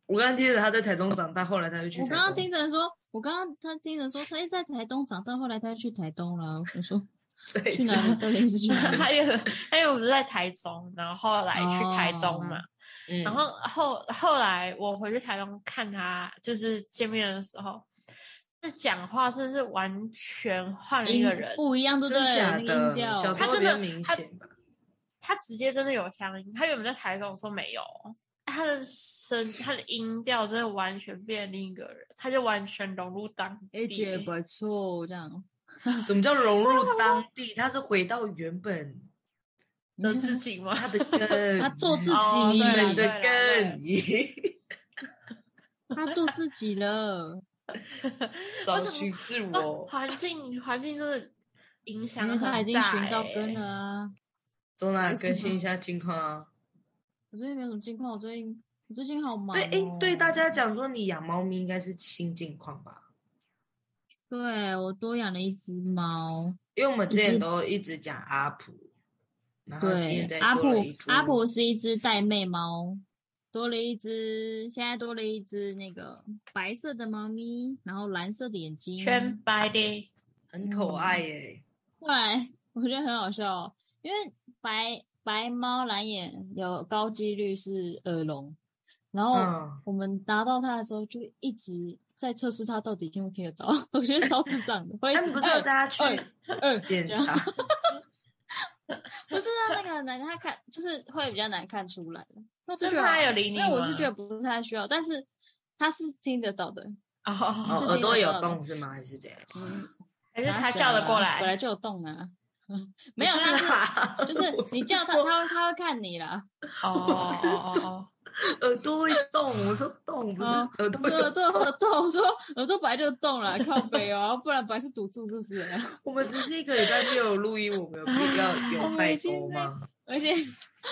Speaker 4: 我刚刚听着他在台中长大，后来他就去。
Speaker 3: 我刚刚听
Speaker 4: 嗯
Speaker 3: 着说，我刚刚他听着说，他在台东长大，后来他就去台东了。我说。
Speaker 4: 对，
Speaker 3: 去哪里都一直去。
Speaker 5: 还有还有，我们在台中，然后后来去台东嘛，哦
Speaker 4: 嗯、
Speaker 5: 然后后后来我回去台东看他，就是见面的时候，那讲话真是完全换
Speaker 3: [laughs]
Speaker 5: 了一个人，
Speaker 3: 不一样，对不对？
Speaker 4: 假的，小
Speaker 5: 他真的
Speaker 4: 明显
Speaker 3: [laughs]
Speaker 4: 吧
Speaker 5: 他？他直接真的有腔音，他原本在台中说没有，他的声他的音调真的完全变另一个人，他就完全融入当地，
Speaker 3: 也不错，这样。
Speaker 4: 什么叫融
Speaker 3: [laughs]
Speaker 4: 入当地？他是回到原本
Speaker 5: 的自己吗？
Speaker 4: 他的根，
Speaker 3: 他做自己，
Speaker 5: 哦、
Speaker 4: 你们的根，
Speaker 3: [laughs] 他做自己了。
Speaker 4: [laughs] 找寻自
Speaker 3: 哦
Speaker 4: 我，
Speaker 5: 哦环境环境真的影响
Speaker 3: 很大、欸。他已经寻到根了
Speaker 4: 啊！中南更新一下近况啊！
Speaker 3: 我最近没有什么近况，我最近我最近好忙、哦。
Speaker 4: 对，哎，对大家讲说，你养猫咪应该是新近况吧？
Speaker 3: 对我多养了一只猫，
Speaker 4: 因为我们之前都一直讲阿普，然后
Speaker 3: 对阿普阿普是一只带妹猫，多了一只，现在多了一只那个白色的猫咪，然后蓝色的眼睛，
Speaker 5: 全白的，
Speaker 4: 很可爱耶、
Speaker 3: 嗯。后来我觉得很好笑、哦，因为白白猫蓝眼有高几率是耳聋，然
Speaker 4: 嗯
Speaker 3: 后我们拿到它的时候就一直。在测试他到底听不听得到， [laughs] 我觉得超智障的。
Speaker 4: 他们不是
Speaker 3: 哎
Speaker 4: 有大家去
Speaker 3: 二
Speaker 4: 检
Speaker 3: [laughs]
Speaker 4: 查？
Speaker 3: 不是啊，那个很难他看，就是会比较难看出来
Speaker 4: [laughs]
Speaker 5: 那就是
Speaker 4: 啊
Speaker 5: 他
Speaker 3: 啊
Speaker 5: 有理你
Speaker 3: 那我是觉得不太需要，但是他是听得到的。
Speaker 4: 哦，
Speaker 3: [laughs]
Speaker 4: 耳朵有洞是吗？还是这样？
Speaker 5: 还是他叫得过来？啊
Speaker 3: 本来就有洞啊。没有，但是就是你叫他，他他会看你啦。
Speaker 5: 哦哦
Speaker 3: [laughs]
Speaker 5: 哦。
Speaker 4: 耳朵会动，我说动不是
Speaker 3: 啊
Speaker 4: 耳朵
Speaker 3: 耳朵耳朵，我说耳朵本来就动了，靠背哦，不然本来是堵住是不是？ [laughs]
Speaker 4: 我们只是一个礼拜没有录音，我们有必要有代沟
Speaker 3: [laughs]
Speaker 4: 吗？
Speaker 3: 而且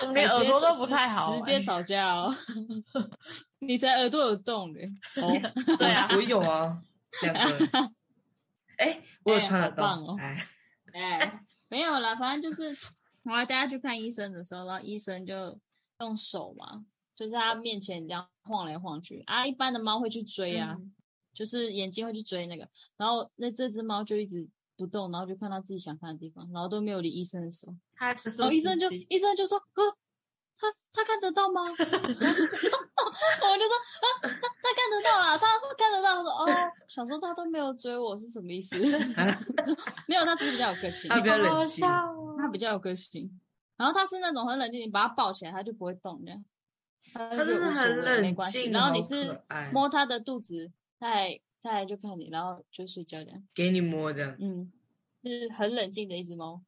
Speaker 5: 我们连耳朵都不太好，哎
Speaker 3: 直接吵架
Speaker 5: [laughs]
Speaker 3: 哦。你才耳朵有动嘞？
Speaker 5: 哦，对啊，
Speaker 4: 我有啊，两
Speaker 3: [laughs]
Speaker 4: 个。哎，我有传耳洞
Speaker 3: 哦。哎，没有啦，反正就是我带大家去看医生的时候，然后医生就用手嘛。就是它面前这样晃来晃去啊，一般的猫会去追啊，嗯、就是眼睛会去追那个，然后那这只猫就一直不动，然后就看到自己想看的地方，然后都没有理医生的手，
Speaker 5: 它
Speaker 3: 然后医生就医生就说，呵，他他看得到吗？ [laughs] 我就说，啊，他他看得到啦，啊他看得到。我说哦，想说他都没有追我是什么意思？ [laughs] 没有，他只是比较有个性，
Speaker 4: [laughs] 他比较冷
Speaker 5: 静，
Speaker 3: 他比较有个性，然后他是那种很冷静，你把他抱起来他就不会动这样。
Speaker 4: 它真的很冷静，
Speaker 3: 然后你是摸它的肚子，它还它还就看你，然后就睡觉这样。
Speaker 4: 给你摸这样，
Speaker 3: 嗯，是很冷静的一只猫，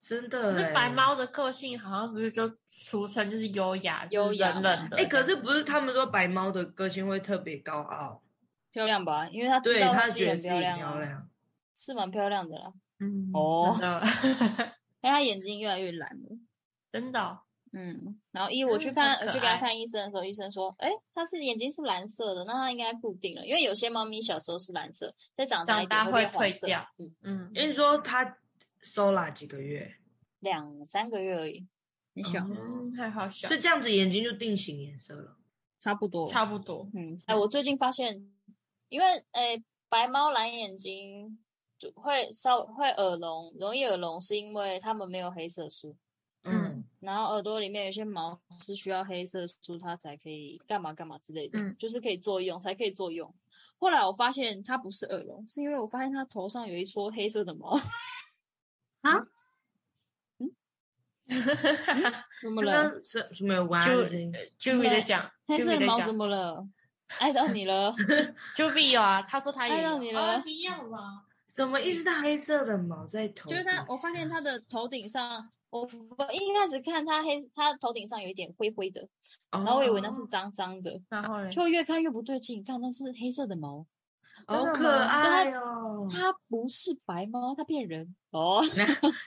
Speaker 4: 真的。
Speaker 5: 可
Speaker 3: 欸
Speaker 5: 是白猫的个性好像不是就俗称就是优雅、
Speaker 3: 优雅
Speaker 5: 冷的。
Speaker 4: 哎，可是不是他们说白猫的个性会特别高傲、
Speaker 3: 漂亮吧？因为它
Speaker 4: 对
Speaker 3: 它
Speaker 4: 觉得
Speaker 3: 自己漂啊
Speaker 4: 亮，
Speaker 3: 是蛮漂亮的啦。
Speaker 5: 嗯，
Speaker 3: 哦，哎，它眼睛越来越蓝了，
Speaker 5: 真的。哦
Speaker 3: 嗯，然后一我去看，去给他看医生的时候，医生说，哎，它是眼睛是蓝色的，那它应该固定了，因为有些猫咪小时候是蓝色，在长
Speaker 5: 长
Speaker 3: 大
Speaker 5: 会
Speaker 3: 褪
Speaker 5: 掉。嗯嗯，
Speaker 4: 跟你说它收了几个月，
Speaker 3: 两三个月而已，很小，
Speaker 5: 嗯，还好
Speaker 3: 啊
Speaker 5: 小。
Speaker 4: 所以这样子眼睛就定型颜色了，
Speaker 3: 差不多，
Speaker 5: 差不多。
Speaker 3: 嗯，哎，我最近发现，因为哎，白猫蓝眼睛就会稍会耳聋，容易耳聋是因为它们没有黑色素。
Speaker 4: 嗯，
Speaker 3: 然后耳朵里面有些毛是需要黑色素，它才可以干嘛干嘛之类的，
Speaker 5: 嗯、
Speaker 3: 就是可以作用，才可以作用。后来我发现它不是耳聋，是因为我发现它头上有一撮黑色的毛。 [laughs]
Speaker 5: 啊？ [laughs]
Speaker 3: 嗯？怎么了？
Speaker 4: 是没有玩？
Speaker 5: 就就没在讲，
Speaker 3: 黑色的毛怎么了？爱到你
Speaker 5: [laughs]
Speaker 3: 了，
Speaker 5: 就没有啊？他说他
Speaker 3: 爱到你了，
Speaker 5: 不要了。
Speaker 4: 怎么一直到黑色的毛在头？
Speaker 3: 就是他，我发现他的头顶上。我我一开始看它黑，它头顶上有一点灰灰的，oh, 然后我以为
Speaker 5: 哦
Speaker 3: 那是脏脏的，
Speaker 5: 然后
Speaker 3: 就越看越不对劲，看那是黑色的毛，
Speaker 4: 好可爱哦！
Speaker 3: 它不是白猫，它骗人嗯哦。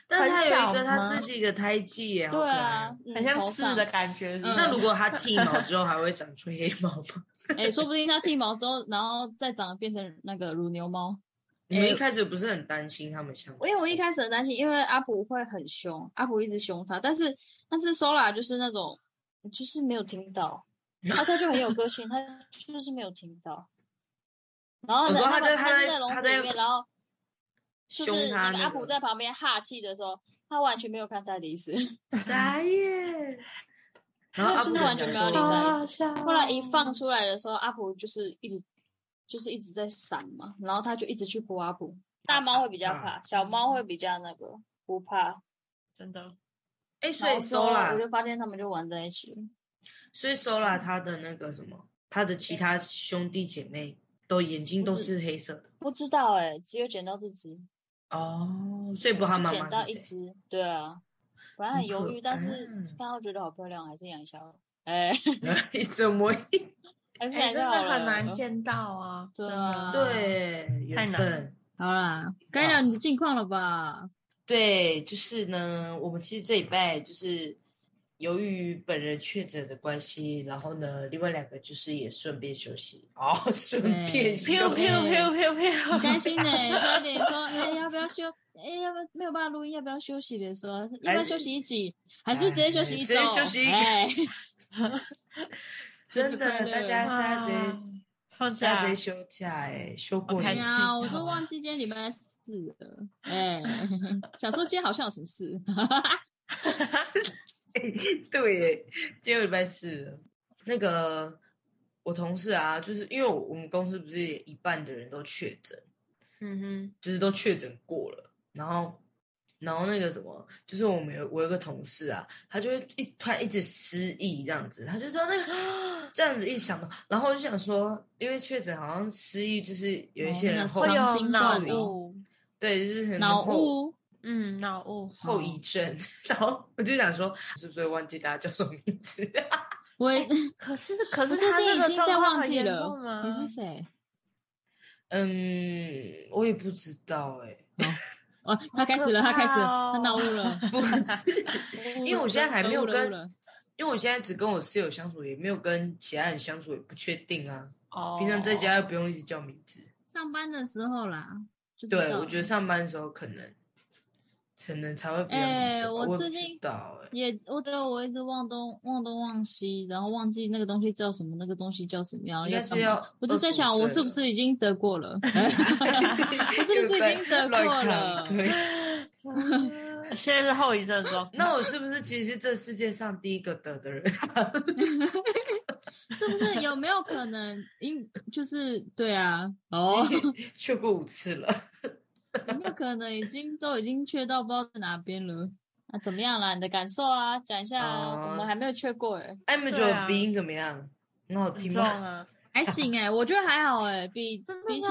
Speaker 4: 但是它有一个它自己的胎记耶，
Speaker 3: 对啊，
Speaker 5: 嗯、很像刺的感觉。嗯、
Speaker 4: 哦那如果它剃
Speaker 3: [laughs]
Speaker 4: 毛之后还会长出黑毛吗？
Speaker 3: 哎欸，说不定它剃毛之后，然后再长变成那个乳牛猫。
Speaker 4: 你们一开始不是很担心他们相处？
Speaker 3: 因为我一开始很担心，因为阿普会
Speaker 4: [laughs]
Speaker 3: 很凶，阿普一直凶他。但是但是 Sola 就是那种，就是没有听到，他他就很有个性，他就是没有听到。然后
Speaker 4: 我说
Speaker 3: 他
Speaker 4: 在他
Speaker 3: 在
Speaker 4: 在
Speaker 3: 笼
Speaker 4: 他
Speaker 3: 子里
Speaker 4: 在
Speaker 3: 面，然后就是
Speaker 4: 凶他
Speaker 3: 那个
Speaker 4: 那
Speaker 3: 阿
Speaker 4: 个
Speaker 3: 普在旁边哈气的时候，他完全没有看他的意思，
Speaker 4: 傻眼。然后阿
Speaker 3: 就
Speaker 4: 布
Speaker 3: 是完全没有理
Speaker 4: 说哦
Speaker 3: 他
Speaker 5: 好
Speaker 3: 的
Speaker 5: 好
Speaker 3: 意思。
Speaker 5: 笑。
Speaker 3: 后来一放出来的时候，阿普就是一直就是一直在闪嘛，然后他就一直去扑阿普。大猫会比较
Speaker 4: 啊
Speaker 3: 怕，小猫会比较那个不怕。
Speaker 5: 真的，
Speaker 4: 哎，所
Speaker 3: 然
Speaker 4: 以
Speaker 3: 后
Speaker 4: 收
Speaker 3: 了，
Speaker 4: 啦
Speaker 3: 我，就发现他们就玩在一起了。
Speaker 4: 所以收啦，他的那个什么，他的其他兄弟姐妹都眼睛都是黑色的
Speaker 3: 不知道哎、只有捡到这只，
Speaker 4: 哦，所以不知道他妈
Speaker 3: 只捡
Speaker 4: 妈
Speaker 3: 到
Speaker 4: 是
Speaker 3: 一
Speaker 4: 谁。
Speaker 3: 只，对啊，本来很犹
Speaker 4: 很可嗯
Speaker 3: 豫，但
Speaker 4: 爱
Speaker 3: 是看到觉得好漂亮，还是养一下好了。哎、
Speaker 4: [laughs]
Speaker 3: [laughs]
Speaker 4: 什么意？
Speaker 3: 还是
Speaker 5: 哎、
Speaker 3: 养一
Speaker 5: 真
Speaker 3: 下好
Speaker 5: 的
Speaker 3: 了。
Speaker 5: 很难见到啊，
Speaker 3: 对 [laughs]
Speaker 5: 真
Speaker 3: 啊
Speaker 5: 的。
Speaker 4: 对，
Speaker 5: 太
Speaker 4: 缘
Speaker 5: 难
Speaker 4: 分。
Speaker 2: 好啦，该聊你的近况了吧？
Speaker 1: 对，就是呢，我们其实这礼拜就是由于本人确诊的关系，然后呢，另外两个就是也顺便休息哦，
Speaker 4: [laughs]
Speaker 1: 顺
Speaker 3: 嗯
Speaker 1: 便
Speaker 2: 对
Speaker 5: [laughs]
Speaker 1: 休
Speaker 5: 飘
Speaker 1: 息。
Speaker 5: 飘飘飘飘，
Speaker 2: 很
Speaker 5: [laughs]
Speaker 2: 担心呢、快点说，哎、要不要休？哎、要不要没有办法录音？要不要休息的时候，要不要休息一集？还是直接休息一周？
Speaker 4: 哎直接休息
Speaker 2: 哎， [laughs]
Speaker 4: 真的，
Speaker 2: 快乐
Speaker 4: 大家大家直接
Speaker 5: 啊放
Speaker 4: 大家
Speaker 5: 假
Speaker 4: 直接休假哎、休过
Speaker 5: 很开
Speaker 2: 哎
Speaker 5: 心
Speaker 2: 呀，我都忘记今天礼拜四了。哎、想说今天好像有什么事。
Speaker 4: [laughs] 对耶，今天礼拜四了，那个我同事啊，就是因为我我们公司不是也一半的人都确诊，
Speaker 5: 嗯
Speaker 4: 就是都确诊过了，然后然后那个什么，就是我们有我有个同事啊，他就会一突然一直失忆这样子，他就说那个 [gasps] 这样子一想，然后我就想说，因为确诊好像失忆，就是有一些人
Speaker 2: 哦
Speaker 4: 后、
Speaker 2: 那
Speaker 5: 会
Speaker 2: 个
Speaker 5: 有
Speaker 2: 心
Speaker 5: 脑
Speaker 2: 断
Speaker 5: 雾，
Speaker 4: 对，就是很
Speaker 2: 脑
Speaker 4: 后
Speaker 2: 雾，
Speaker 5: 嗯，脑雾，
Speaker 4: 后遗症，然后我就想说，是不是会忘记大家叫什么名字？啊 [laughs]
Speaker 2: 我也
Speaker 5: 可是可是
Speaker 2: 我最
Speaker 5: 他
Speaker 2: 近
Speaker 5: 那
Speaker 2: 已
Speaker 5: 个
Speaker 2: 经在
Speaker 5: 状况
Speaker 2: 忘
Speaker 5: 很
Speaker 2: 记
Speaker 5: 严
Speaker 2: 了
Speaker 5: 重
Speaker 2: [laughs]
Speaker 5: 吗？
Speaker 2: 你是谁？
Speaker 4: 嗯，我也不知道
Speaker 2: 欸
Speaker 4: 哎、
Speaker 2: 哦，他开始了，
Speaker 5: 好
Speaker 2: 他
Speaker 5: 可怕
Speaker 2: 开始了，
Speaker 5: 哦
Speaker 2: 他脑雾了。
Speaker 4: 不是，因为我现在还没有
Speaker 2: 脑雾了
Speaker 4: 跟
Speaker 2: 脑雾了
Speaker 4: 因为我现在只跟我室友相处，也没有跟其他人相处，也不确定啊。
Speaker 5: 哦，
Speaker 4: 平常在家又不用一直叫名字。
Speaker 2: 上班的时候啦。就哦知道
Speaker 4: 对，
Speaker 2: 了
Speaker 4: 我觉得上班的时候可能，可能才会比较明
Speaker 2: 哎
Speaker 4: 显吧。
Speaker 2: 我
Speaker 4: 我
Speaker 2: 最
Speaker 4: 也不知
Speaker 2: 近
Speaker 4: 道哎、
Speaker 2: 也，我觉得我一直忘东忘东忘西，然后忘记那个东西叫什么，那个东西叫什么，然后
Speaker 4: 应该
Speaker 2: 干
Speaker 4: 是
Speaker 2: 嘛
Speaker 4: 要
Speaker 2: 我就在想，
Speaker 4: 25
Speaker 2: 我是不
Speaker 4: 岁
Speaker 2: 是已经得过
Speaker 4: [laughs]
Speaker 2: 了？ [laughs] 我是不是已经得
Speaker 4: 乱
Speaker 2: 过
Speaker 4: 看
Speaker 2: 了？
Speaker 4: 对，
Speaker 2: [laughs]
Speaker 4: 哦
Speaker 5: 现在是后遗症的状态。
Speaker 4: 那我是不是其实是这世界上第一个得的人？
Speaker 2: 是不是有没有可能？因就是对啊，哦，
Speaker 4: [laughs] 去过五次了。
Speaker 2: 有没有可能已经都已经缺到不知道在哪边了？啊，怎么样啦？你的感受啊，讲一下啊，
Speaker 4: 哦
Speaker 3: 我们还没有缺过
Speaker 4: [laughs]
Speaker 3: 哎、
Speaker 4: 哎，你们觉
Speaker 5: 对
Speaker 4: 得
Speaker 5: 啊
Speaker 4: 鼻音怎么样？很好听
Speaker 5: 重
Speaker 4: 吗？
Speaker 5: 啊，
Speaker 2: 还行哎、我觉得还好哎、比比起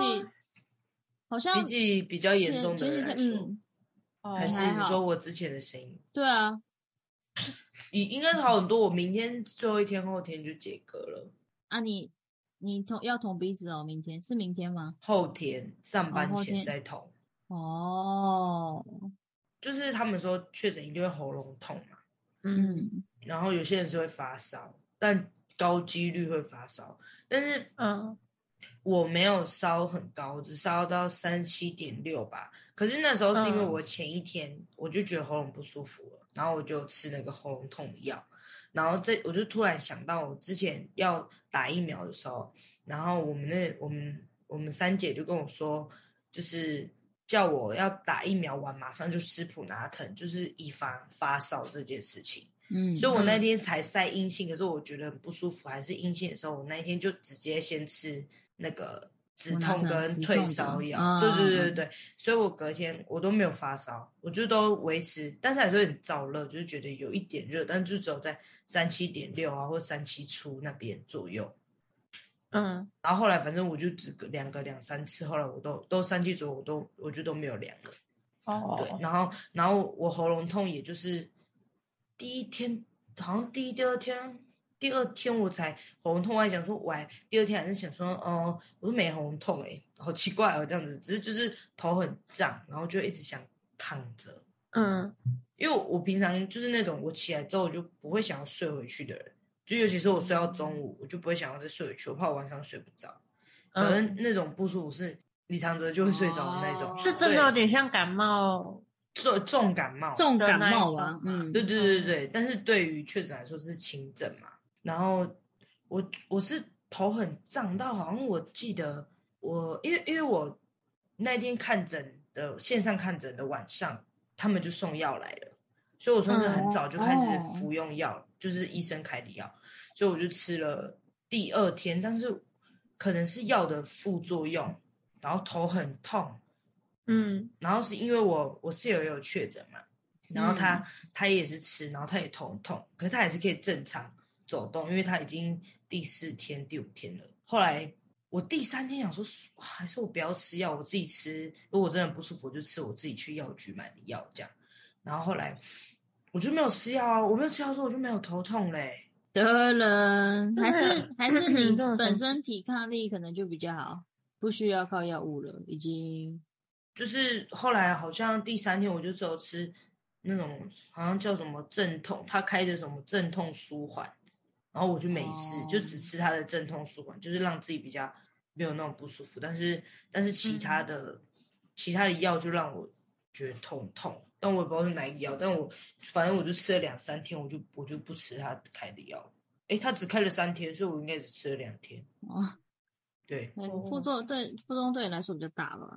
Speaker 2: 好像
Speaker 4: 比起比较严
Speaker 2: 前
Speaker 4: 重的
Speaker 2: 前
Speaker 4: 人
Speaker 2: 几
Speaker 4: 来
Speaker 2: 天
Speaker 4: 说，
Speaker 2: 嗯，
Speaker 5: 哦
Speaker 4: 还是
Speaker 2: 还
Speaker 4: 你
Speaker 2: 好
Speaker 4: 说我之前的声音，
Speaker 2: 对啊，
Speaker 4: 应应该是好很多。我明天最后一天，后天就解隔了，
Speaker 2: 啊你，你捅要捅鼻子哦，明天是明天吗？
Speaker 4: 后天上班
Speaker 2: 后
Speaker 4: 前
Speaker 2: 天
Speaker 4: 再捅。
Speaker 2: 哦，
Speaker 4: 就是他们说确诊一定会喉咙痛嘛，
Speaker 5: 嗯
Speaker 2: 嗯，
Speaker 4: 然后有些人是会发烧，但高几率会发烧。但是
Speaker 5: 嗯，
Speaker 4: 我没有烧很高，我只烧到三七点六吧。可是那时候是因为
Speaker 5: 嗯
Speaker 4: 我前一天、我就觉得喉咙不舒服了，然后我就吃那个喉咙痛的药，然后这我就突然想到我之前要打疫苗的时候，然后我们那我们我们三姐就跟我说，就是叫我要打疫苗完马上就吃普拿疼，就是以防发烧这件事情。
Speaker 2: 嗯，
Speaker 4: 所以我那
Speaker 5: 嗯
Speaker 4: 天才塞阴性，可是我觉得很不舒服，还是阴性的时候，我那一天就直接先吃那个止痛跟退烧药。
Speaker 2: 我拿
Speaker 4: 对
Speaker 2: 成止痛的
Speaker 4: 对对对
Speaker 2: 嗯
Speaker 4: 对，所以我隔天我都没有发烧，我就都维持，但是还是会很燥热，就是觉得有一点热，但就只有在三七点六啊或三七出那边左右。
Speaker 5: 嗯，
Speaker 4: 然后后来反正我就只隔两个两三次，后来我都都三七左右，我都我就都没有量了。对，
Speaker 5: 哦，
Speaker 4: 然后然后我喉咙痛，也就是第一天，好像第一第二天，第二天我才喉咙痛，我还想说，我还第二天还是想说，哦，我都没喉咙痛诶、好奇怪哦，这样子，只是就是头很胀，然后就一直想躺着，
Speaker 5: 嗯，
Speaker 4: 因为我我平常就是那种我起来之后我就不会想要睡回去的人，就尤其是我睡到中午，我就不会想要再睡回去，我怕我晚上睡不着，可
Speaker 5: 嗯
Speaker 4: 能那种不舒服是你躺着就会睡着的那种，
Speaker 2: 哦
Speaker 5: 是真的有点像感冒，哦
Speaker 4: 重重感冒，
Speaker 2: 重感冒
Speaker 5: 的那一
Speaker 2: 啊
Speaker 5: 种，
Speaker 2: 嗯，
Speaker 4: 对对对对，但是对于确诊来说是轻症嘛，然后我我是头很胀到，好像我记得我，因为因为我那天看诊的线上看诊的晚上，他们就送药来了，所以我算是很早就开始
Speaker 2: 嗯
Speaker 4: 服用药，哦、就是医生开的药，所以我就吃了第二天，但是可能是药的副作用，然后头很痛，
Speaker 5: 嗯，
Speaker 4: 然后是因为我我室友也有确诊嘛。然后他、嗯、他也是吃，然后他也头痛，可是他还是可以正常走动，因为他已经第四天、第五天了。后来我第三天想说，还是我不要吃药，我自己吃。如果我真的不舒服，我就吃我自己去药局买的药这样。然后后来我就没有吃药啊，我没有吃药之后我就没有头痛嘞、欸。
Speaker 3: 得了，还是还是你本身抵抗力可能就比较好，不需要靠药物了，已经。
Speaker 4: 就是后来好像第三天我就只有吃。那种好像叫什么镇痛，他开的什么镇痛舒缓，然后我就没事，oh. 就只吃他的镇痛舒缓，就是让自己比较没有那种不舒服。但是但是其他的、嗯、其他的药就让我觉得痛痛，但我也不知道是哪个药，但我反正我就吃了两三天，我就我就不吃他开的药。诶，他只开了三天，所以我应该只吃了两天。
Speaker 3: 哦、oh.，
Speaker 4: 对，
Speaker 3: 哎副作用对副作用对你来说比较大吧？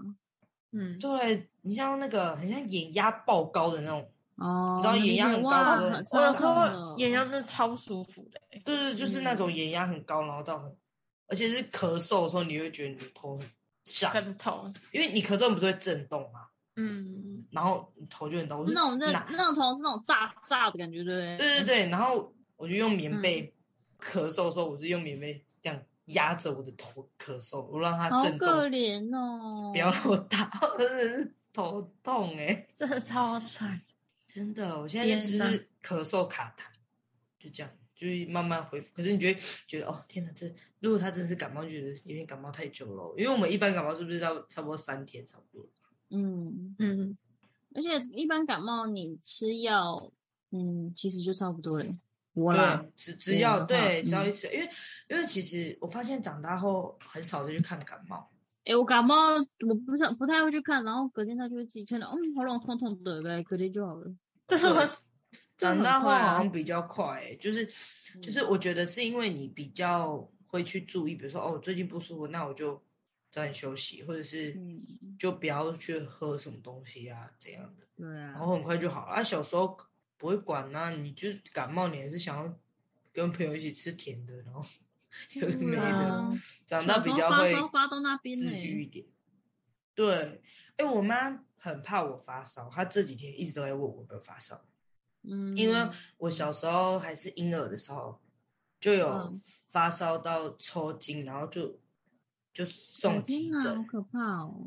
Speaker 4: 嗯，对你像那个很像眼压爆高的那种。
Speaker 3: 哦，
Speaker 4: 然后眼压很高，
Speaker 5: 我有时候眼压真的超舒服的、
Speaker 3: 哎
Speaker 5: 欸。
Speaker 4: 对对，就是那种
Speaker 3: 嗯
Speaker 4: 眼压很高，然后到很，而且是咳嗽的时候，你会觉得你的头很响，
Speaker 5: 很痛，
Speaker 4: 因为你咳嗽不是会震动吗？
Speaker 5: 嗯，
Speaker 4: 然后你头就很痛，
Speaker 3: 是那种那那种头是那种炸炸的感觉，对不对？
Speaker 4: 对对对，然后我就用棉
Speaker 3: 嗯
Speaker 4: 被咳嗽的时候，我就用棉被这样压着我的头咳嗽，我让它震动，
Speaker 3: 好可怜哦，
Speaker 4: 不要那么 [laughs] 大，真的是头痛哎、欸，
Speaker 5: 真的超惨。
Speaker 4: 真的，我现在只是咳嗽卡痰，就这样，就是慢慢恢复。可是你觉得觉得哦，天哪，这如果他真是感冒，觉得有点感冒太久了，因为我们一般感冒是不是到差不多三天差不多？
Speaker 3: 嗯
Speaker 5: 嗯，
Speaker 3: 而且一般感冒你吃药，嗯，其实就差不多了。我啦，
Speaker 4: 吃吃药，对，只要一吃，因为因为其实我发现长大后很少再去看感冒。
Speaker 3: 哎、欸，我感冒，我不是不太会去看，然后隔天他就会自己看到，嗯，喉咙痛痛的，呗，隔天就好了。
Speaker 5: 这是
Speaker 4: 长大后好像比较快、欸，就是就是，我觉得是因为你比较会去注意，比如说哦，最近不舒服，那我就早点休息，或者是就不要去喝什么东西啊，这样的。
Speaker 3: 对啊，
Speaker 4: 然后很快就好了。啊，小时候不会管呐、啊，你就感冒，你还是想要跟朋友一起吃甜的，然后。 [laughs] 有
Speaker 3: 嗯
Speaker 4: 的没
Speaker 3: 啊
Speaker 4: 的，长大啊比较会自律一点。对，哎、欸，我妈很怕我发烧，她这几天一直都在问我有没有发烧。
Speaker 3: 嗯，
Speaker 4: 因为我小时候还是婴儿的时候，就有发烧到抽筋，然后就就送急诊、啊，
Speaker 3: 哎好可怕
Speaker 4: [laughs]
Speaker 3: 哦。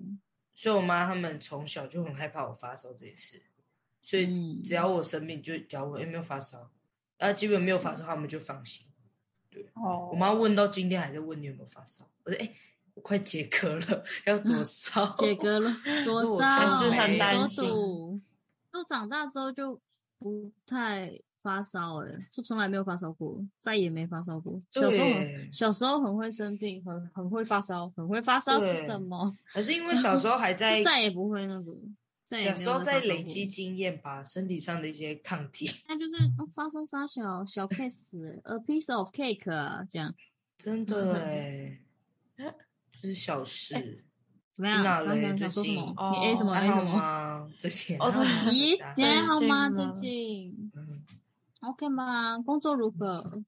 Speaker 4: 所以我妈他们从小就很害怕我发烧这件事，所以
Speaker 3: 嗯
Speaker 4: 只要我生病就只要我有哎没有发烧，啊，基本没有发烧，他们就放心。
Speaker 5: 哦，
Speaker 4: 我妈问到今天还在问你有没有发烧，我说哎、欸，我快解渴了，要
Speaker 3: [laughs]
Speaker 4: 多烧、嗯？
Speaker 3: 解渴了，多烧？还
Speaker 5: 是很担心。
Speaker 3: 都长大之后就不太发烧了，就从来没有发烧过，再也没发烧过。小时候小时候很会生病，很很会发烧，很会发烧是什么？
Speaker 4: 可是因为小时候还
Speaker 3: [laughs]
Speaker 4: 在，
Speaker 3: 再也不会那个。
Speaker 4: 小时候在累积经验吧，身体上的一些抗体。
Speaker 3: 那就是、哦、发生啥小小 case，a piece of cake 啊，这样。
Speaker 4: 真
Speaker 3: [laughs]
Speaker 4: 的哎、欸，就是小事。欸、
Speaker 3: 怎么样？刚想想说什么？哦、你 A 什么 A 哎什
Speaker 4: 么？最近
Speaker 5: 哦， [laughs]
Speaker 3: 咦，今天好吗？最近嗯，OK 吗？工作如何？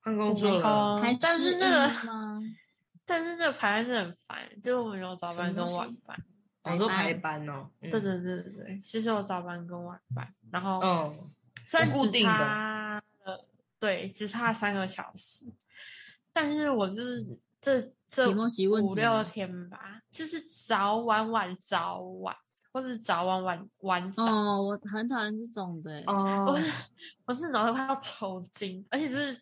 Speaker 4: 换工作了，哦
Speaker 3: 还
Speaker 5: 哦但是那个
Speaker 3: 吗？
Speaker 5: 但是那个排是很烦，就是我们有早班跟晚班。
Speaker 4: 我说排班嗯
Speaker 5: 哦，对对对对对，其实有早班跟晚班，然后
Speaker 4: 嗯，
Speaker 5: 虽然
Speaker 4: 固定
Speaker 5: 的，对，只差三个小时，但是我就是这 [laughs] 这五六天吧，就是早晚晚早晚，或是早晚晚晚早。
Speaker 3: 哦，我很讨厌这种的。
Speaker 5: 哦，我我是脑袋快要抽筋，而且就是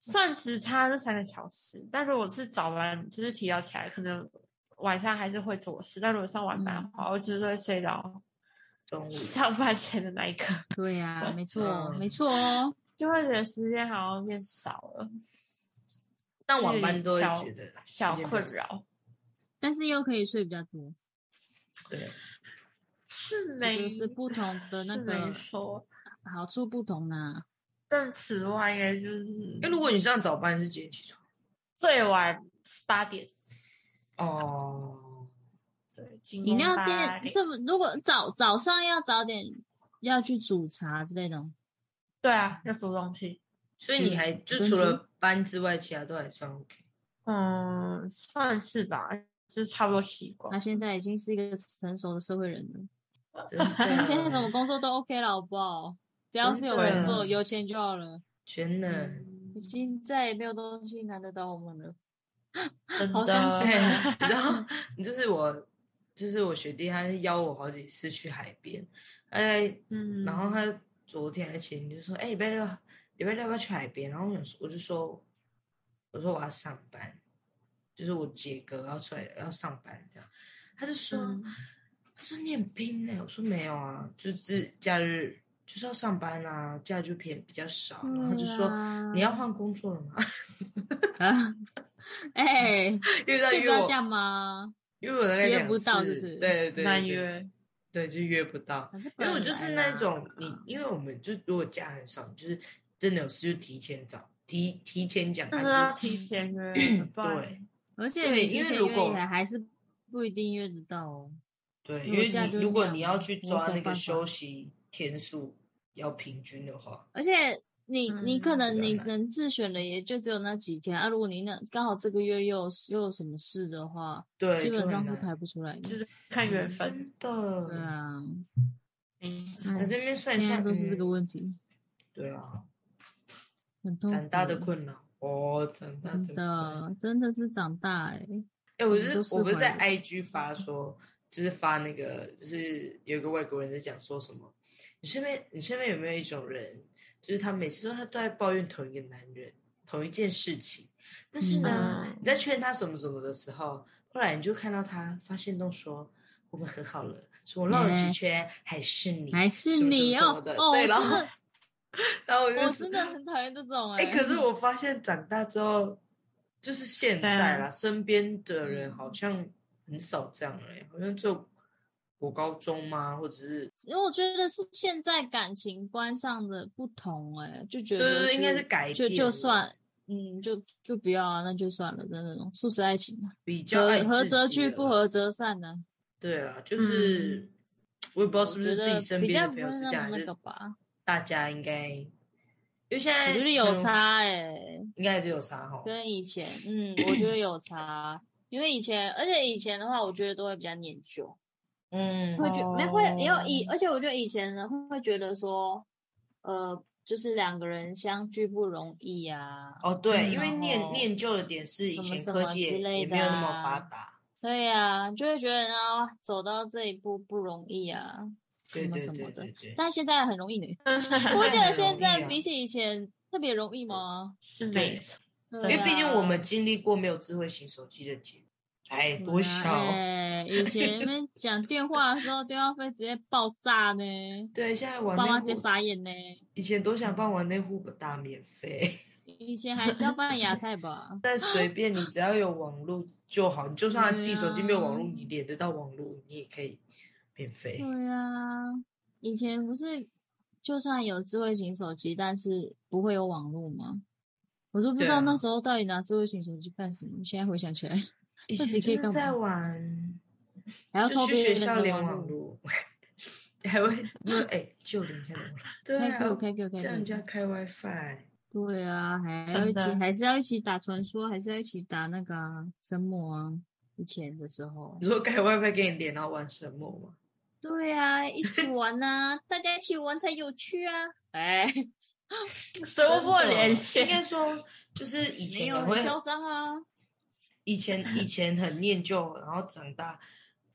Speaker 5: 算只差这三个小时，但如果是早班，就是提早起来可能。晚上还是会做事，但如果上晚班的话，嗯、我就是会睡到
Speaker 3: 嗯
Speaker 4: 中午
Speaker 5: 上班前的那一刻。
Speaker 3: 对呀、啊，没错，嗯、没错哦，
Speaker 5: 就会觉得时间好像变少了。
Speaker 4: 但晚班都会觉得
Speaker 5: 小困扰，
Speaker 3: 但是又可以睡比较多。
Speaker 4: 对，
Speaker 5: 是没
Speaker 3: 是不同的那个好处不同啊。
Speaker 5: 但此外，应该就是，
Speaker 4: 因为如果你上早班是几点起床？
Speaker 5: 最晚八点。
Speaker 4: 哦，
Speaker 5: 对，
Speaker 3: 饮料
Speaker 5: 店
Speaker 3: 是不？如果早早上要早点要去煮茶之类的，哦
Speaker 5: 对啊，要煮东西。
Speaker 4: 所以你还就除了班之外，其他都还算 OK。
Speaker 5: 嗯，算是吧，就是差不多习惯。
Speaker 3: 他现在已经是一个成熟的社会人了，
Speaker 4: 真
Speaker 3: [laughs]
Speaker 4: 的
Speaker 3: 现
Speaker 4: [laughs]
Speaker 3: 在什么工作都 OK 了，好不好？只要是有人做、有钱就好了。
Speaker 4: 全能，
Speaker 5: 嗯
Speaker 3: 已经再也没有东西难得到我们了。好
Speaker 5: 伤心。
Speaker 4: 然后就是我，就是我学弟，他邀我好几次去海边。哎，嗯，然后他昨天还前天就说：“哎、欸，礼拜六，礼拜六要不要去海边？”然后我想说，我就说，我说我要上班，就是我杰哥要出来要上班这样。他就说：“嗯、他说你很拼呢、欸。”我说：“没有啊，就是假日就是要上班啊，假日偏比较少。嗯”然后就说：“你要换工作了吗？” [laughs]
Speaker 3: 啊哎，
Speaker 4: 遇到约
Speaker 3: 我这样吗？
Speaker 4: 因为我大概
Speaker 3: 约不到，就是
Speaker 4: 对对
Speaker 5: 难约，
Speaker 4: 对就约不到。因为我就是那
Speaker 3: 啊
Speaker 4: 种你，因为我们就如果假很少，就是真的有事就提前找，提提前讲，
Speaker 5: 但是要提前约，
Speaker 4: 对。
Speaker 3: 而且你因为如果还是不一定约得到哦。
Speaker 4: 对，因为你如果你要去抓那个休息天数要平均的话，
Speaker 3: 而且。你
Speaker 4: 嗯
Speaker 3: 你可能你能自选的也就只有那几天啊，如果你那刚好这个月又又有什么事的话，
Speaker 4: 对，
Speaker 3: 基本上是排不出来的，
Speaker 5: 就是看缘分
Speaker 4: 的。
Speaker 3: 对啊，
Speaker 4: 我这边算一下
Speaker 3: 都是这个问题。
Speaker 4: 对啊，
Speaker 3: 很痛，
Speaker 4: 长大的困扰哦， [laughs] 长大欸
Speaker 3: 的真的是长大哎。
Speaker 4: 哎，我是我不是在 IG 发说，就是发那个，就是有个外国人在讲说什么，你身边你身边有没有一种人？就是他每次说他都在抱怨同一个男人，同一件事情，但是呢，嗯、你在劝他什么什么的时候，后来你就看到他发现都说我们和好了，说我绕了几圈还是你，
Speaker 3: 嗯还是你
Speaker 4: 哦，对，然后 [laughs] 然后 [laughs] 我就
Speaker 3: 我哦真的很讨厌这种
Speaker 4: 哎、欸，可是我发现长大之后，就是现
Speaker 3: 啊
Speaker 4: 在啦，身边
Speaker 3: 嗯
Speaker 4: 的人好像很少这样了、欸，好像就。我高中吗？或者是？
Speaker 3: 因为我觉得是现在感情观上的不同、欸，哎，就觉
Speaker 4: 得对
Speaker 3: 对，
Speaker 4: 应该是改
Speaker 3: 就就算，嗯，就就不要啊，那就算了的那种素食爱情嘛，
Speaker 4: 比较
Speaker 3: 合则聚，不合则散呢、啊。
Speaker 4: 对啊，就是、嗯、我也不知道是不是自己身边的朋友是这样，
Speaker 3: 那
Speaker 4: [laughs]
Speaker 3: 个吧。
Speaker 4: 大家应该，因为现在
Speaker 3: 我觉得有差哎、欸，
Speaker 4: 应该还是有差哈、哦，
Speaker 3: 跟以前，嗯，我觉得有差，因为以前，而且以前的话，我觉得都会比较念旧。
Speaker 4: 嗯，
Speaker 3: 会觉没会也有以，而且我觉得以前人会觉得说，呃，就是两个人相聚不容易啊。
Speaker 4: 哦，对，因为念念旧的点是以前科技也没有那
Speaker 3: 啊
Speaker 4: 么发达。
Speaker 3: 对呀，就会觉得啊，走到这一步不容易啊，什么什么的。 [laughs] 但现在很容
Speaker 4: [laughs]
Speaker 3: 易呢。我觉得现
Speaker 4: 啊
Speaker 3: 在比起以前特别容易吗？啊
Speaker 5: 是没错，
Speaker 4: 因为毕竟我们经历过没有智慧型手机的节。哎，多小！
Speaker 3: 哎、欸，以前
Speaker 4: [laughs]
Speaker 3: 那边讲电话的时候，电话费直接爆炸呢。
Speaker 4: 对，现在玩
Speaker 3: 爸妈直接傻眼呢。
Speaker 4: 以前多想办玩内户打免费。
Speaker 3: 以前还是要办亚太吧。
Speaker 4: 但 [laughs] 随便你，只要有网络就好。你就算他自己手机没有网络，你连得到网络，你也可以免费。
Speaker 3: 对啊，以前不是就算有智慧型手机，但是不会有网络吗？我都不
Speaker 4: 啊
Speaker 3: 知道那时候到底拿智慧型手机干什么。现在回想起来。
Speaker 4: 以前就是在玩，还要
Speaker 3: 去
Speaker 4: 学校连网络， [laughs] 还会那哎，就连一下网络，对
Speaker 3: 啊，
Speaker 4: 叫人家开 WiFi，
Speaker 3: 对啊，还要一起，还是要一起打传说，还是要一起打那个神魔啊。以前的时候，
Speaker 4: 你说开 WiFi 给你连，然后玩神魔吗？
Speaker 3: 对啊，一起玩呐，大家一起玩才有趣啊！哎，
Speaker 5: 神魔连线，
Speaker 4: 应该说就是 [laughs] 以前
Speaker 3: 有很嚣张啊。
Speaker 4: 以前以前很念旧，然后长大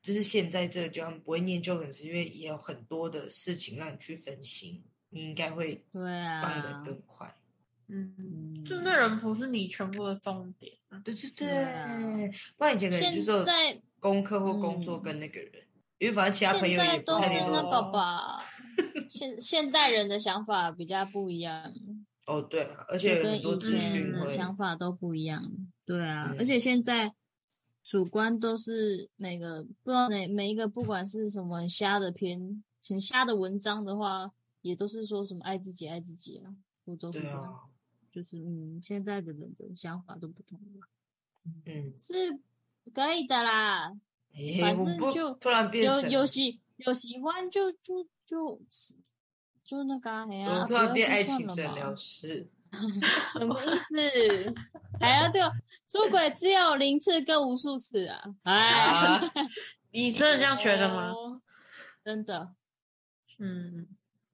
Speaker 4: 就是现在这个阶段不会念旧，可能是因为也有很多的事情让你去分心，你应该会
Speaker 3: 啊
Speaker 4: 放得更快。啊、
Speaker 5: 嗯，就那人不是你全部的重点、啊。
Speaker 4: 对对对，啊、不然以前可能就是
Speaker 3: 在
Speaker 4: 功课或工作跟那个人，嗯、因为反正其他朋友也
Speaker 3: 都是那
Speaker 4: 个
Speaker 3: 吧。现现代人的想法比较不一样。
Speaker 4: 哦，对，而且很多资讯
Speaker 3: 的想法都不一样。对啊，嗯、而且现在主观都是每个不知道哪每一个，不管是什么瞎的篇、很瞎的文章的话，也都是说什么爱自己、爱自己啊，我都是这样。
Speaker 4: 啊、
Speaker 3: 就是嗯，现在的人的想法都不同了，
Speaker 4: 嗯，
Speaker 3: 是可以的啦。
Speaker 4: 欸、
Speaker 3: 反正就
Speaker 4: 突然变
Speaker 3: 有有喜有喜欢就就就就那个哎呀、啊，
Speaker 4: 怎么突然变爱情诊疗
Speaker 3: [laughs]
Speaker 4: 师？[laughs]
Speaker 3: 什么意思？还要这个出轨只有零次跟无数次啊！哎，
Speaker 5: 你真的这样觉得
Speaker 3: 哦
Speaker 5: 吗？
Speaker 3: 真的，
Speaker 5: 嗯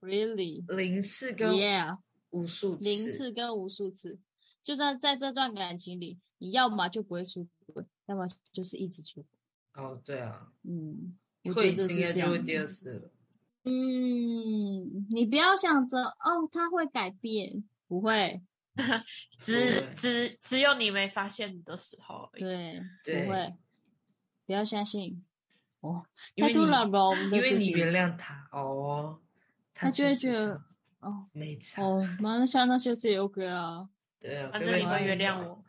Speaker 3: ，really
Speaker 4: 零次跟
Speaker 3: yeah
Speaker 4: 无数次，
Speaker 3: 零次跟无数次，就算在这段感情里，你要么就不会出轨，要么就是一直出轨。
Speaker 4: 哦，对啊，
Speaker 3: 嗯，
Speaker 4: 会应该就会第二次了。
Speaker 3: 嗯，你不要想着哦，他会改变，不会，
Speaker 5: 只只只有你没发现的时候，
Speaker 3: 对，
Speaker 4: 对
Speaker 3: 不会，不要相信哦，
Speaker 4: 因
Speaker 3: 太
Speaker 4: 为
Speaker 3: 多
Speaker 4: 你
Speaker 3: 了吧，我们的
Speaker 4: 因为
Speaker 3: 主
Speaker 4: 你
Speaker 3: 题
Speaker 4: 原谅他哦，
Speaker 3: 他就会
Speaker 4: 知
Speaker 3: 觉得
Speaker 4: 道
Speaker 3: 哦
Speaker 4: 没差，
Speaker 3: 哦，妈，那像那些事也 OK 啊，
Speaker 4: 对啊，
Speaker 5: 反
Speaker 4: 不
Speaker 5: 正
Speaker 4: 要
Speaker 5: 你
Speaker 4: 把
Speaker 5: 会
Speaker 4: 你
Speaker 5: 原谅
Speaker 4: 搞
Speaker 5: 我。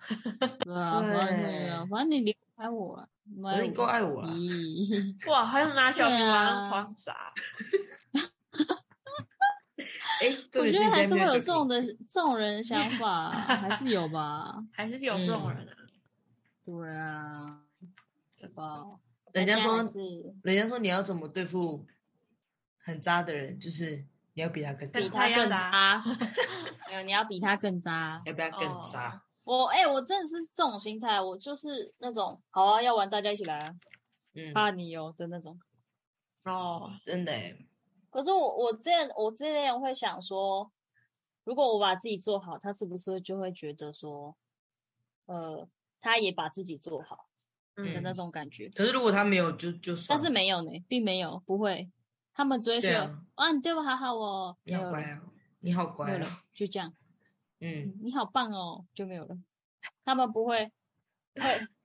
Speaker 3: 对啊，反正
Speaker 4: 对
Speaker 3: 对啊，反正你离不开我了，你
Speaker 4: 反正你够爱我啊了，
Speaker 3: 咦， [laughs]
Speaker 5: 哇，还有拿小
Speaker 3: 对
Speaker 5: 米
Speaker 3: 啊
Speaker 5: 往上狂砸，
Speaker 4: 哎，重
Speaker 3: 我
Speaker 4: 点
Speaker 3: 觉
Speaker 4: 现
Speaker 3: 得还
Speaker 4: 在
Speaker 3: 是
Speaker 4: 没
Speaker 3: 会有
Speaker 4: 酒
Speaker 3: 这
Speaker 4: 瓶
Speaker 3: 种的这种人的想法，还是有
Speaker 4: [laughs]
Speaker 3: 吧？
Speaker 5: 还是有这种人啊？
Speaker 3: 对啊，是吧？
Speaker 4: 人家
Speaker 3: 大
Speaker 4: 说
Speaker 3: 还是
Speaker 4: 人家说你要怎么对付很渣的人，就是你要比啊他更渣，
Speaker 3: 比
Speaker 5: 跟
Speaker 3: 他
Speaker 5: 他一
Speaker 3: 更
Speaker 5: 样的
Speaker 3: 渣， [laughs] 没有，你要比他更渣。
Speaker 4: 要不要更
Speaker 5: 哦
Speaker 4: 渣？
Speaker 3: 我哎、我真的是这种心态，我就是那种好啊，要玩大家一起来啊，
Speaker 4: 嗯，
Speaker 3: 怕你哦的那种。
Speaker 5: 哦，
Speaker 4: 真的欸，
Speaker 3: 可是我我之前我之前会想说，如果我把自己做好，他是不是就会觉得说，呃，他也把自己做好的
Speaker 5: 嗯，
Speaker 3: 那种感觉？
Speaker 4: 可是如果他没有，就就算
Speaker 3: 但
Speaker 4: 了，
Speaker 3: 是没有呢，并没有，不会，他们只会觉
Speaker 4: 对
Speaker 3: 得
Speaker 4: 啊
Speaker 3: 啊，你对我好好哦，
Speaker 4: 你
Speaker 3: 没
Speaker 4: 好
Speaker 3: 有
Speaker 4: 乖
Speaker 3: 了，
Speaker 4: 哦，你好
Speaker 3: 没
Speaker 4: 乖
Speaker 3: 有了
Speaker 4: 哦，，
Speaker 3: 就这样。
Speaker 4: 嗯，
Speaker 3: 你好棒哦，就没有了。他们不会，会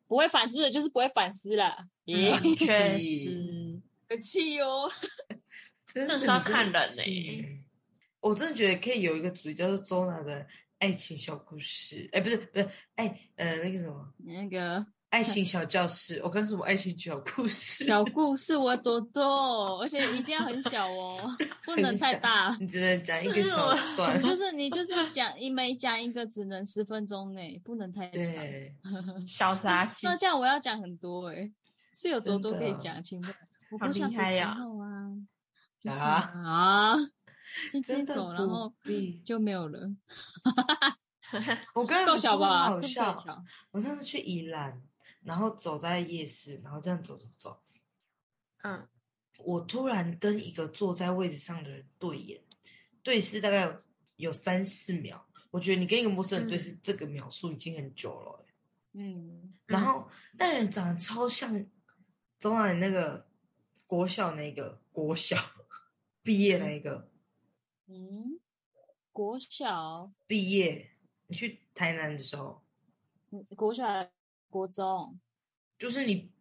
Speaker 3: 不会反思的，就是不会反思啦。耶、
Speaker 5: 嗯确实，
Speaker 3: 很气哦。
Speaker 4: 真
Speaker 5: 这
Speaker 4: 的
Speaker 5: 是要看人
Speaker 4: 呢
Speaker 5: 欸。
Speaker 4: 我真的觉得可以有一个主题叫做周娜的爱情小故事，哎，不是不是，哎，呃，那个什么
Speaker 3: [laughs] 那个
Speaker 4: 爱情小教室，我刚说我爱情小故事，。
Speaker 3: 小故事我多多，而且一定要很小哦，不能太大
Speaker 4: 你只能讲一个
Speaker 5: 是
Speaker 4: 小
Speaker 3: 哦
Speaker 4: [laughs]
Speaker 3: [laughs]
Speaker 5: 我
Speaker 4: 段，
Speaker 3: 就是你就是讲一每讲一个只能十分钟内，不能 [laughs] 太长。
Speaker 4: 对，
Speaker 5: 小杂技
Speaker 3: 那这样我要讲很多诶、是有多多
Speaker 4: 真
Speaker 3: 可
Speaker 4: 的
Speaker 3: 以讲？请问，我
Speaker 5: 好
Speaker 3: 不想
Speaker 5: 厉害呀
Speaker 3: 啊，就是
Speaker 4: 啊
Speaker 3: 啊， [laughs] 牵牵
Speaker 4: 真的
Speaker 3: 手，然后
Speaker 4: 不必。
Speaker 3: 就没有了，
Speaker 4: 我刚才
Speaker 3: 够
Speaker 4: 不是
Speaker 3: 小
Speaker 4: 说
Speaker 3: 吧？
Speaker 4: 好
Speaker 3: 是不是
Speaker 4: 笑
Speaker 3: 很小？
Speaker 4: 我上次去宜兰，然后走在夜市，然后这样走走走，
Speaker 5: 嗯，
Speaker 4: 我突然跟一个坐在位置上的人对眼，对视大概有有三四秒。我觉得你跟一个陌生人对视，这个秒数已经很久了欸、
Speaker 3: 嗯，
Speaker 4: 然后那人长得超像中南那个国小那个国小毕业那个
Speaker 3: 嗯，国小、
Speaker 4: 毕业，你去台南的时候，
Speaker 3: 嗯国小、国中，
Speaker 4: 就是你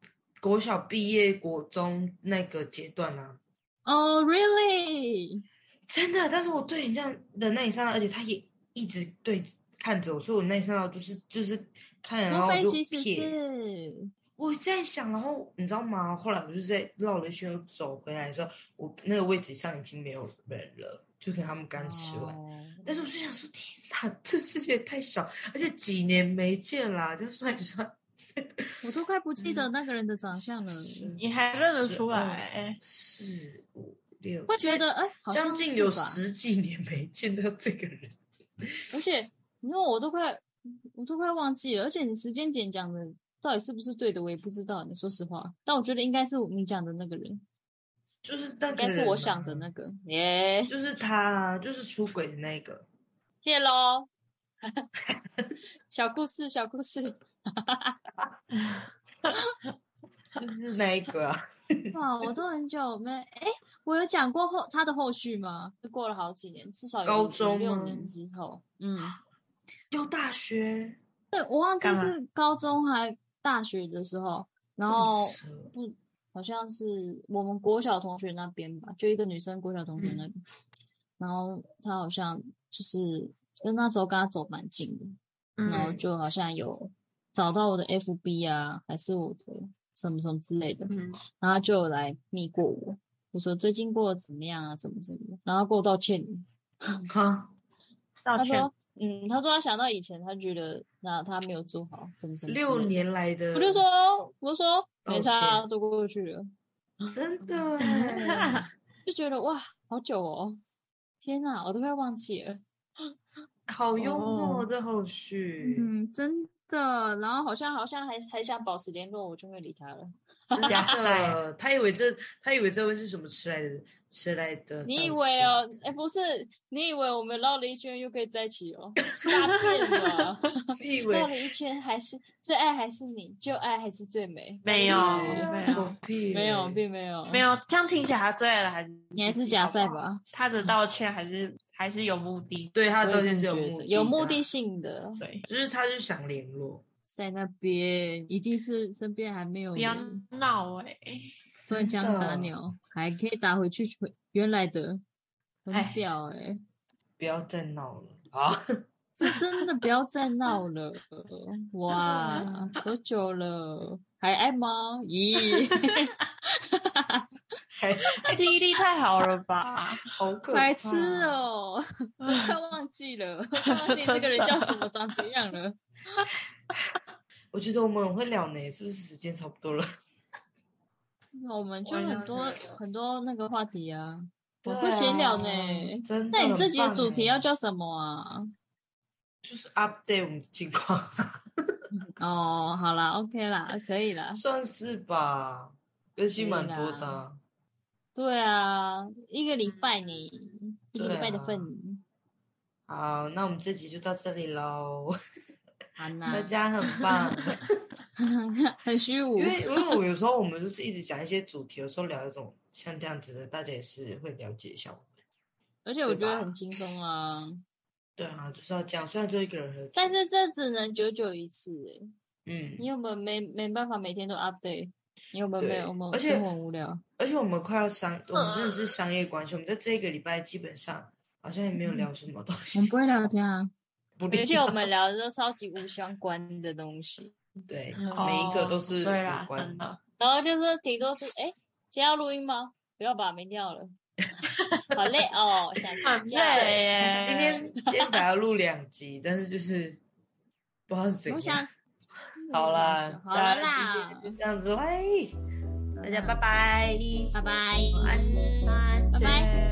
Speaker 4: 国小毕业国中那个阶段啊。
Speaker 3: 哦、r e a l l y
Speaker 4: 真的，但是我对你这样的那一刹那，而且他也一直对看着我，所以我那一刹那就是就是看嗯着，然
Speaker 3: 莫
Speaker 4: 后我
Speaker 3: 非
Speaker 4: 就
Speaker 3: 其实
Speaker 4: 瞥。
Speaker 3: 是
Speaker 4: 我在想，然后你知道吗？后来我就在绕了一圈又走回来的时候，我那个位置上已经没有人了，就跟他们刚吃完。
Speaker 3: 哦
Speaker 4: 但是我就想说，天哪，这世界太小，而且几年没见啦，这样算一算，
Speaker 3: 我都快不
Speaker 4: 嗯
Speaker 3: 记得那个人的长相了，
Speaker 5: 你还认得出来？哎
Speaker 4: 四五六，
Speaker 3: 会觉得哎、好像
Speaker 4: 将近
Speaker 3: 是
Speaker 4: 有
Speaker 3: 吧
Speaker 4: 十几年没见到这个人。
Speaker 3: 而且因为我都快我都快忘记了，而且你时间点讲的到底是不是对的，我也不知道。你说实话，但我觉得应该是你讲的那个人，应
Speaker 4: 就是那个
Speaker 3: 该
Speaker 4: 人、啊，
Speaker 3: 是我想的那个，耶、
Speaker 4: 就是他，就是出轨的那
Speaker 3: [laughs]
Speaker 4: 个。
Speaker 3: 谢喽。 [laughs] 小故事，小故事。
Speaker 4: 就是那一个、
Speaker 3: [laughs]
Speaker 4: 啊，
Speaker 3: 哇，我都很久没哎，我有讲过后他的后续吗？是过了好几年，至少有
Speaker 4: 高
Speaker 3: 五
Speaker 4: 中
Speaker 3: 六
Speaker 4: 吗
Speaker 3: 年之后，嗯，
Speaker 4: 要大学，
Speaker 3: 对我忘记
Speaker 5: 干嘛
Speaker 3: 是高中还大学的时候，然后
Speaker 4: 这么 [laughs] 扯
Speaker 3: 不好像是我们国小同学那边吧，就一个女生国小同学
Speaker 5: 嗯
Speaker 3: 那边，然后她好像就是跟那时候跟她走蛮近的，然后
Speaker 5: 嗯
Speaker 3: 就好像有找到我的 FB 啊，还是我的什么什么之类的，
Speaker 5: 嗯，
Speaker 3: 然后就有来密过我，就说最近过得怎么样啊，什么什么的，然后跟我道歉。
Speaker 4: 哈，
Speaker 3: 他
Speaker 5: 道歉
Speaker 3: 说嗯，他说他想到以前，他觉得那他没有做好什么什么。
Speaker 4: 六年来的，
Speaker 3: 我就说，我说没差、啊，都过去了，
Speaker 4: 真的，哎
Speaker 3: [laughs] 就觉得哇，好久哦，天哪，我都快忘记了，
Speaker 4: 好幽
Speaker 3: 哦
Speaker 4: 默，这后续，
Speaker 2: 嗯，真
Speaker 3: 的，然后好像好像还还想保持联络，我就会理他了。
Speaker 4: [laughs] 假赛，他以为这，他以为这会是什么迟来的，迟来的。
Speaker 3: 你以为哦？哎、欸，不是，你以为我们绕了一圈又可以在一起哦？大骗了！
Speaker 4: 你以为
Speaker 3: [laughs] 绕了一圈还是最爱还是你，旧爱还是最美？
Speaker 5: 没有，没有，
Speaker 3: 没有，并没有，
Speaker 5: 没有。这样听起来他最爱的还是
Speaker 3: 你还是假赛吧？
Speaker 5: 他的道歉还是还是有目的，
Speaker 4: 对他的道歉是有目的，啊
Speaker 3: 有目的性的。
Speaker 5: 对，
Speaker 4: 就是他就想联络。
Speaker 2: 在那边一定是身边还没有
Speaker 5: 不要闹哎、欸，
Speaker 2: 所以讲打鸟还可以打回去原来的，很屌哎、欸！
Speaker 4: 不要再闹了啊！ [laughs]
Speaker 2: 就真的不要再闹了哇！多久了？还爱吗？咦！
Speaker 5: 记忆力太好了吧？
Speaker 4: 好可
Speaker 2: 白痴哦！我快忘记了，忘记这个人叫什么，长怎样了。
Speaker 4: 我觉得我们很会聊呢，是不是时间差不多了？
Speaker 2: 那我们就
Speaker 4: 哎
Speaker 2: 很多很多那个话题啊，我会闲聊呢。
Speaker 4: 啊真的？欸
Speaker 2: 那你自己的主题要叫什么啊？
Speaker 4: 就是 update 我们的近况。 [laughs]
Speaker 2: 哦，好啦 o k 啦，可以啦，
Speaker 4: 算是吧，更新蛮多的。
Speaker 2: 对啊，一个礼
Speaker 4: 嗯
Speaker 2: 拜你一个礼拜的
Speaker 4: 啊
Speaker 2: 份。
Speaker 4: 好，那我们这集就到这里喽。
Speaker 2: [laughs] 大
Speaker 4: 家很棒，
Speaker 2: [laughs] 很虚无。
Speaker 4: 因为因为我有时候我们就是一直讲一些主题，有时候聊一种像这样子的，大家也是会了解一下我们。
Speaker 2: 而且我觉得很轻松啊。
Speaker 4: 对啊，就是要这样。虽然只有一个人喝，
Speaker 2: 但是这只能久久一次
Speaker 4: 哎、欸。嗯，
Speaker 2: 你有没有没没办法每天都 update？你有没有没有？我们
Speaker 4: 而且
Speaker 2: 很无聊。
Speaker 4: 而且我们快要商，我们真的是商业关系。呃、我们在这个礼拜基本上好像也没有聊什么东西。
Speaker 2: 我们不会聊天啊。
Speaker 4: 而
Speaker 3: 且我们聊的都超级无相关的
Speaker 2: [laughs]
Speaker 3: 东西，
Speaker 4: 对，
Speaker 2: 嗯
Speaker 4: 每一个都是
Speaker 5: 哦对
Speaker 4: 啦，真
Speaker 5: 的。
Speaker 3: 然后就是顶多是，哎，今天要录音吗？不要吧，没掉
Speaker 2: [laughs]
Speaker 3: 了，好累哦，想睡觉。
Speaker 5: 耶。
Speaker 4: 今天今天本来要录两集，但是就是不知道是怎样。好啦，
Speaker 2: 好啦，今
Speaker 4: 天就这样子，喂，大家拜拜，
Speaker 2: 拜拜，
Speaker 4: 晚安，
Speaker 2: 拜拜。